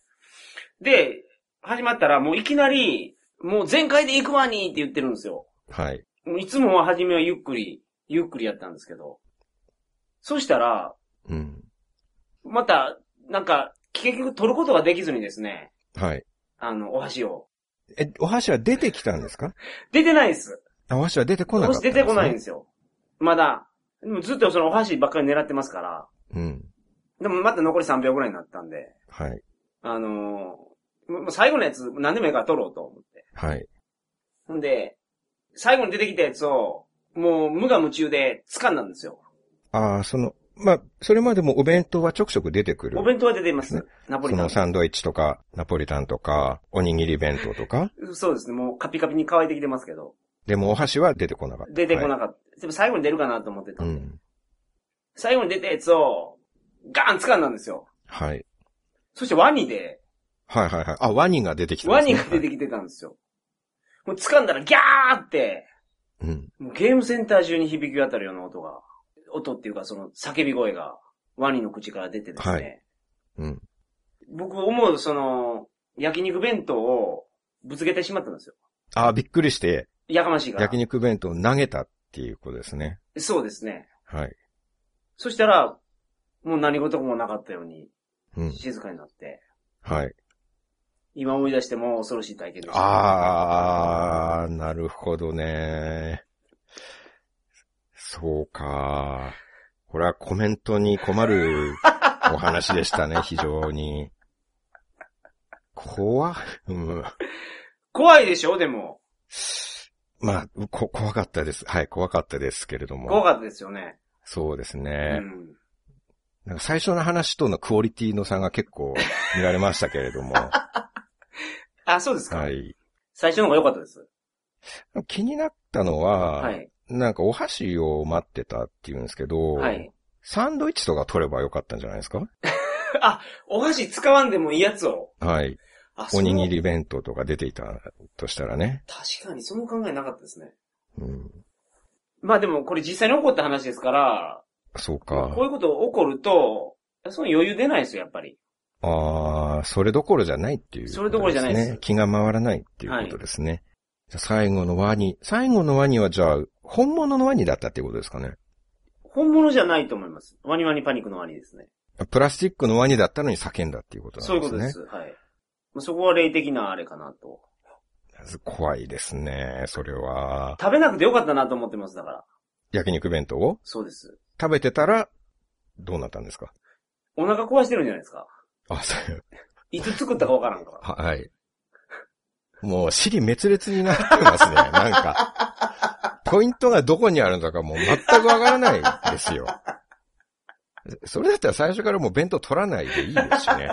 [SPEAKER 3] い。で、始まったらもういきなり、もう全開で行くわにって言ってるんですよ。
[SPEAKER 2] はい。
[SPEAKER 3] もういつもは初めはゆっくり、ゆっくりやったんですけど。そしたら、
[SPEAKER 2] うん。
[SPEAKER 3] また、なんか、結局取ることができずにですね、
[SPEAKER 2] はい。
[SPEAKER 3] あの、お箸を。
[SPEAKER 2] え、お箸は出てきたんですか
[SPEAKER 3] 出てないです。
[SPEAKER 2] あお箸は出てこ
[SPEAKER 3] お
[SPEAKER 2] なかっ
[SPEAKER 3] 箸
[SPEAKER 2] た、。
[SPEAKER 3] 出てこないんですすよ。まだ。でもずっとそのお箸ばっかり狙ってますから。
[SPEAKER 2] うん。
[SPEAKER 3] でもまた残り3秒ぐらいになったんで。
[SPEAKER 2] はい。
[SPEAKER 3] あのーもう最後のやつ、何でもいいから取ろうと思って。
[SPEAKER 2] はい。
[SPEAKER 3] ほんで、最後に出てきたやつを、もう無我夢中で掴んだんですよ。
[SPEAKER 2] ああ、その、まあ、それまでもお弁当はちょくちょく出てくる。
[SPEAKER 3] お弁当は出ていま
[SPEAKER 2] ね
[SPEAKER 3] す。ナポ
[SPEAKER 2] そ
[SPEAKER 3] リタ
[SPEAKER 2] の
[SPEAKER 3] ン。
[SPEAKER 2] サンドイッチとか、ナポリタンとか、おにぎり弁当とか。
[SPEAKER 3] そうですね。もうカピカピに乾いてきてますけど。
[SPEAKER 2] でもお箸は出てこなかった。
[SPEAKER 3] 出てこ
[SPEAKER 2] は
[SPEAKER 3] なかった。でも最後に出るかなと思ってた
[SPEAKER 2] い。うん
[SPEAKER 3] で。
[SPEAKER 2] ん。
[SPEAKER 3] 最後に出たやつを、ガン掴んだんですよ。
[SPEAKER 2] はい。
[SPEAKER 3] そしてワニで、
[SPEAKER 2] はいはいはい。あ、ワニが出てきた、
[SPEAKER 3] ワニが出て
[SPEAKER 2] き
[SPEAKER 3] きてたんですよ。もう掴んだらギャーって、
[SPEAKER 2] た。うん。
[SPEAKER 3] もうゲームセンター中に響き渡るような音が、音っていうかその叫び声が、ワニの口から出てですね。
[SPEAKER 2] はいうん。
[SPEAKER 3] 僕思うその、焼肉弁当をぶつけてしまったんですよ。
[SPEAKER 2] あーびっくりして、
[SPEAKER 3] やかましいから。
[SPEAKER 2] 焼肉弁当を投げたっていうことですね。
[SPEAKER 3] そうですね。
[SPEAKER 2] はい。
[SPEAKER 3] そしたら、もう何事もなかったように、
[SPEAKER 2] うん。
[SPEAKER 3] 静かになって、
[SPEAKER 2] はい。
[SPEAKER 3] 今思い出しても恐ろしい体験でした。
[SPEAKER 2] あー、なるほどね。そうか。これはコメントに困るお話でした ね、非常に。怖っうん。
[SPEAKER 3] 怖いでしょでも。
[SPEAKER 2] まあ、こ、怖かったです。はい、怖かったですけれども。
[SPEAKER 3] 怖かったですよね。
[SPEAKER 2] そうです
[SPEAKER 3] う
[SPEAKER 2] ね。
[SPEAKER 3] ん。
[SPEAKER 2] なんか最初の話とのクオリティの差が結構見られましたけれど も。は
[SPEAKER 3] あ、そうですか。
[SPEAKER 2] い。
[SPEAKER 3] 最初の方が良かったです。
[SPEAKER 2] 気になったのは、
[SPEAKER 3] はい。
[SPEAKER 2] なんかお箸を待ってたっていうんですけど、
[SPEAKER 3] はい。
[SPEAKER 2] サンドイッチとか取ればよかったんじゃないですか
[SPEAKER 3] お箸使わんでもいいやつを。
[SPEAKER 2] はい。
[SPEAKER 3] あ
[SPEAKER 2] おにぎ。
[SPEAKER 3] その
[SPEAKER 2] り弁当とか出ていたとしたらね。
[SPEAKER 3] 確かにその考えなかったですね。
[SPEAKER 2] うん。
[SPEAKER 3] まあでもこれ実際に起こった話ですから、
[SPEAKER 2] そう
[SPEAKER 3] こ
[SPEAKER 2] か
[SPEAKER 3] う。いうこと起こると、その余裕出ないですよ、やっぱり。
[SPEAKER 2] ああ、それどころじゃないっていう、
[SPEAKER 3] それどころじゃないです
[SPEAKER 2] 気が回らないっていうことですね。じゃあ最後のワニ。最後のワニはじゃあ、本物のワニだったっていうことですかね。
[SPEAKER 3] 本物じゃないと思います。ワニワニパニックのワニですね。
[SPEAKER 2] プラスチックのワニだったのに叫んだっていうことなん
[SPEAKER 3] そういう
[SPEAKER 2] で
[SPEAKER 3] こ
[SPEAKER 2] す
[SPEAKER 3] と
[SPEAKER 2] ね。
[SPEAKER 3] です。はい。まあ、そこは霊的なあれかなと。
[SPEAKER 2] 怖いですね、それは。
[SPEAKER 3] 食べなくてよかったなと思ってます、だから。
[SPEAKER 2] 焼肉弁当を
[SPEAKER 3] そうです。
[SPEAKER 2] 食べてたら、どうなったんですか
[SPEAKER 3] お腹壊してるんじゃないですか。
[SPEAKER 2] あ、そう。
[SPEAKER 3] いつ作ったかわからんから。
[SPEAKER 2] ははい。もう、尻滅裂になってますね。なんか。ポイントがどこにあるのかもう全くわからないですよ。それだったら最初からもう弁当取らないでいいですしね。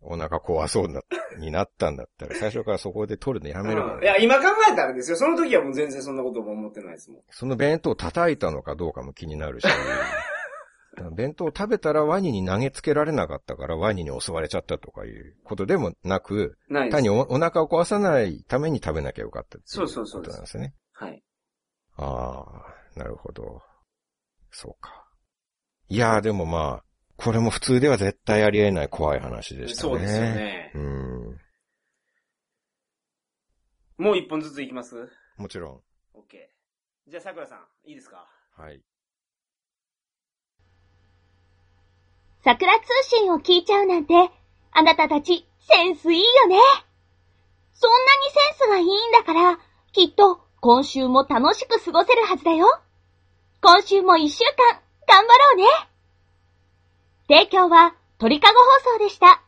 [SPEAKER 2] お腹壊そうな、になったんだったら、最初からそこで取るのやめれば、
[SPEAKER 3] うんいや、今考えたらですよ。その時はもう全然そんなことも思ってないですもん。
[SPEAKER 2] その弁当を叩いたのかどうかも気にな るし。弁当を食べたらワニに投げつけられなかったからワニに襲われちゃったとかいうことでもなく、
[SPEAKER 3] ないで
[SPEAKER 2] 単
[SPEAKER 3] す。
[SPEAKER 2] におお腹を壊さないために食べなきゃよかったってい
[SPEAKER 3] そうそうそう
[SPEAKER 2] ことなんですね。
[SPEAKER 3] はい。
[SPEAKER 2] ああ、なるほど。そうか。いやーでもまあ、これも普通では絶対ありえない怖い話でしたね。
[SPEAKER 3] そうですよ。ね。
[SPEAKER 2] うん。
[SPEAKER 3] もう一本ずついきます
[SPEAKER 2] もちろん。
[SPEAKER 3] オッケー。じゃあ、桜さん、いいですか
[SPEAKER 2] はい。
[SPEAKER 1] 桜通信を聞いちゃうなんて、あなたたちセンスいいよね。そんなにセンスがいいんだから、きっと今週も楽しく過ごせるはずだよ。今週も一週間頑張ろうね。提供は鳥かご放送でした。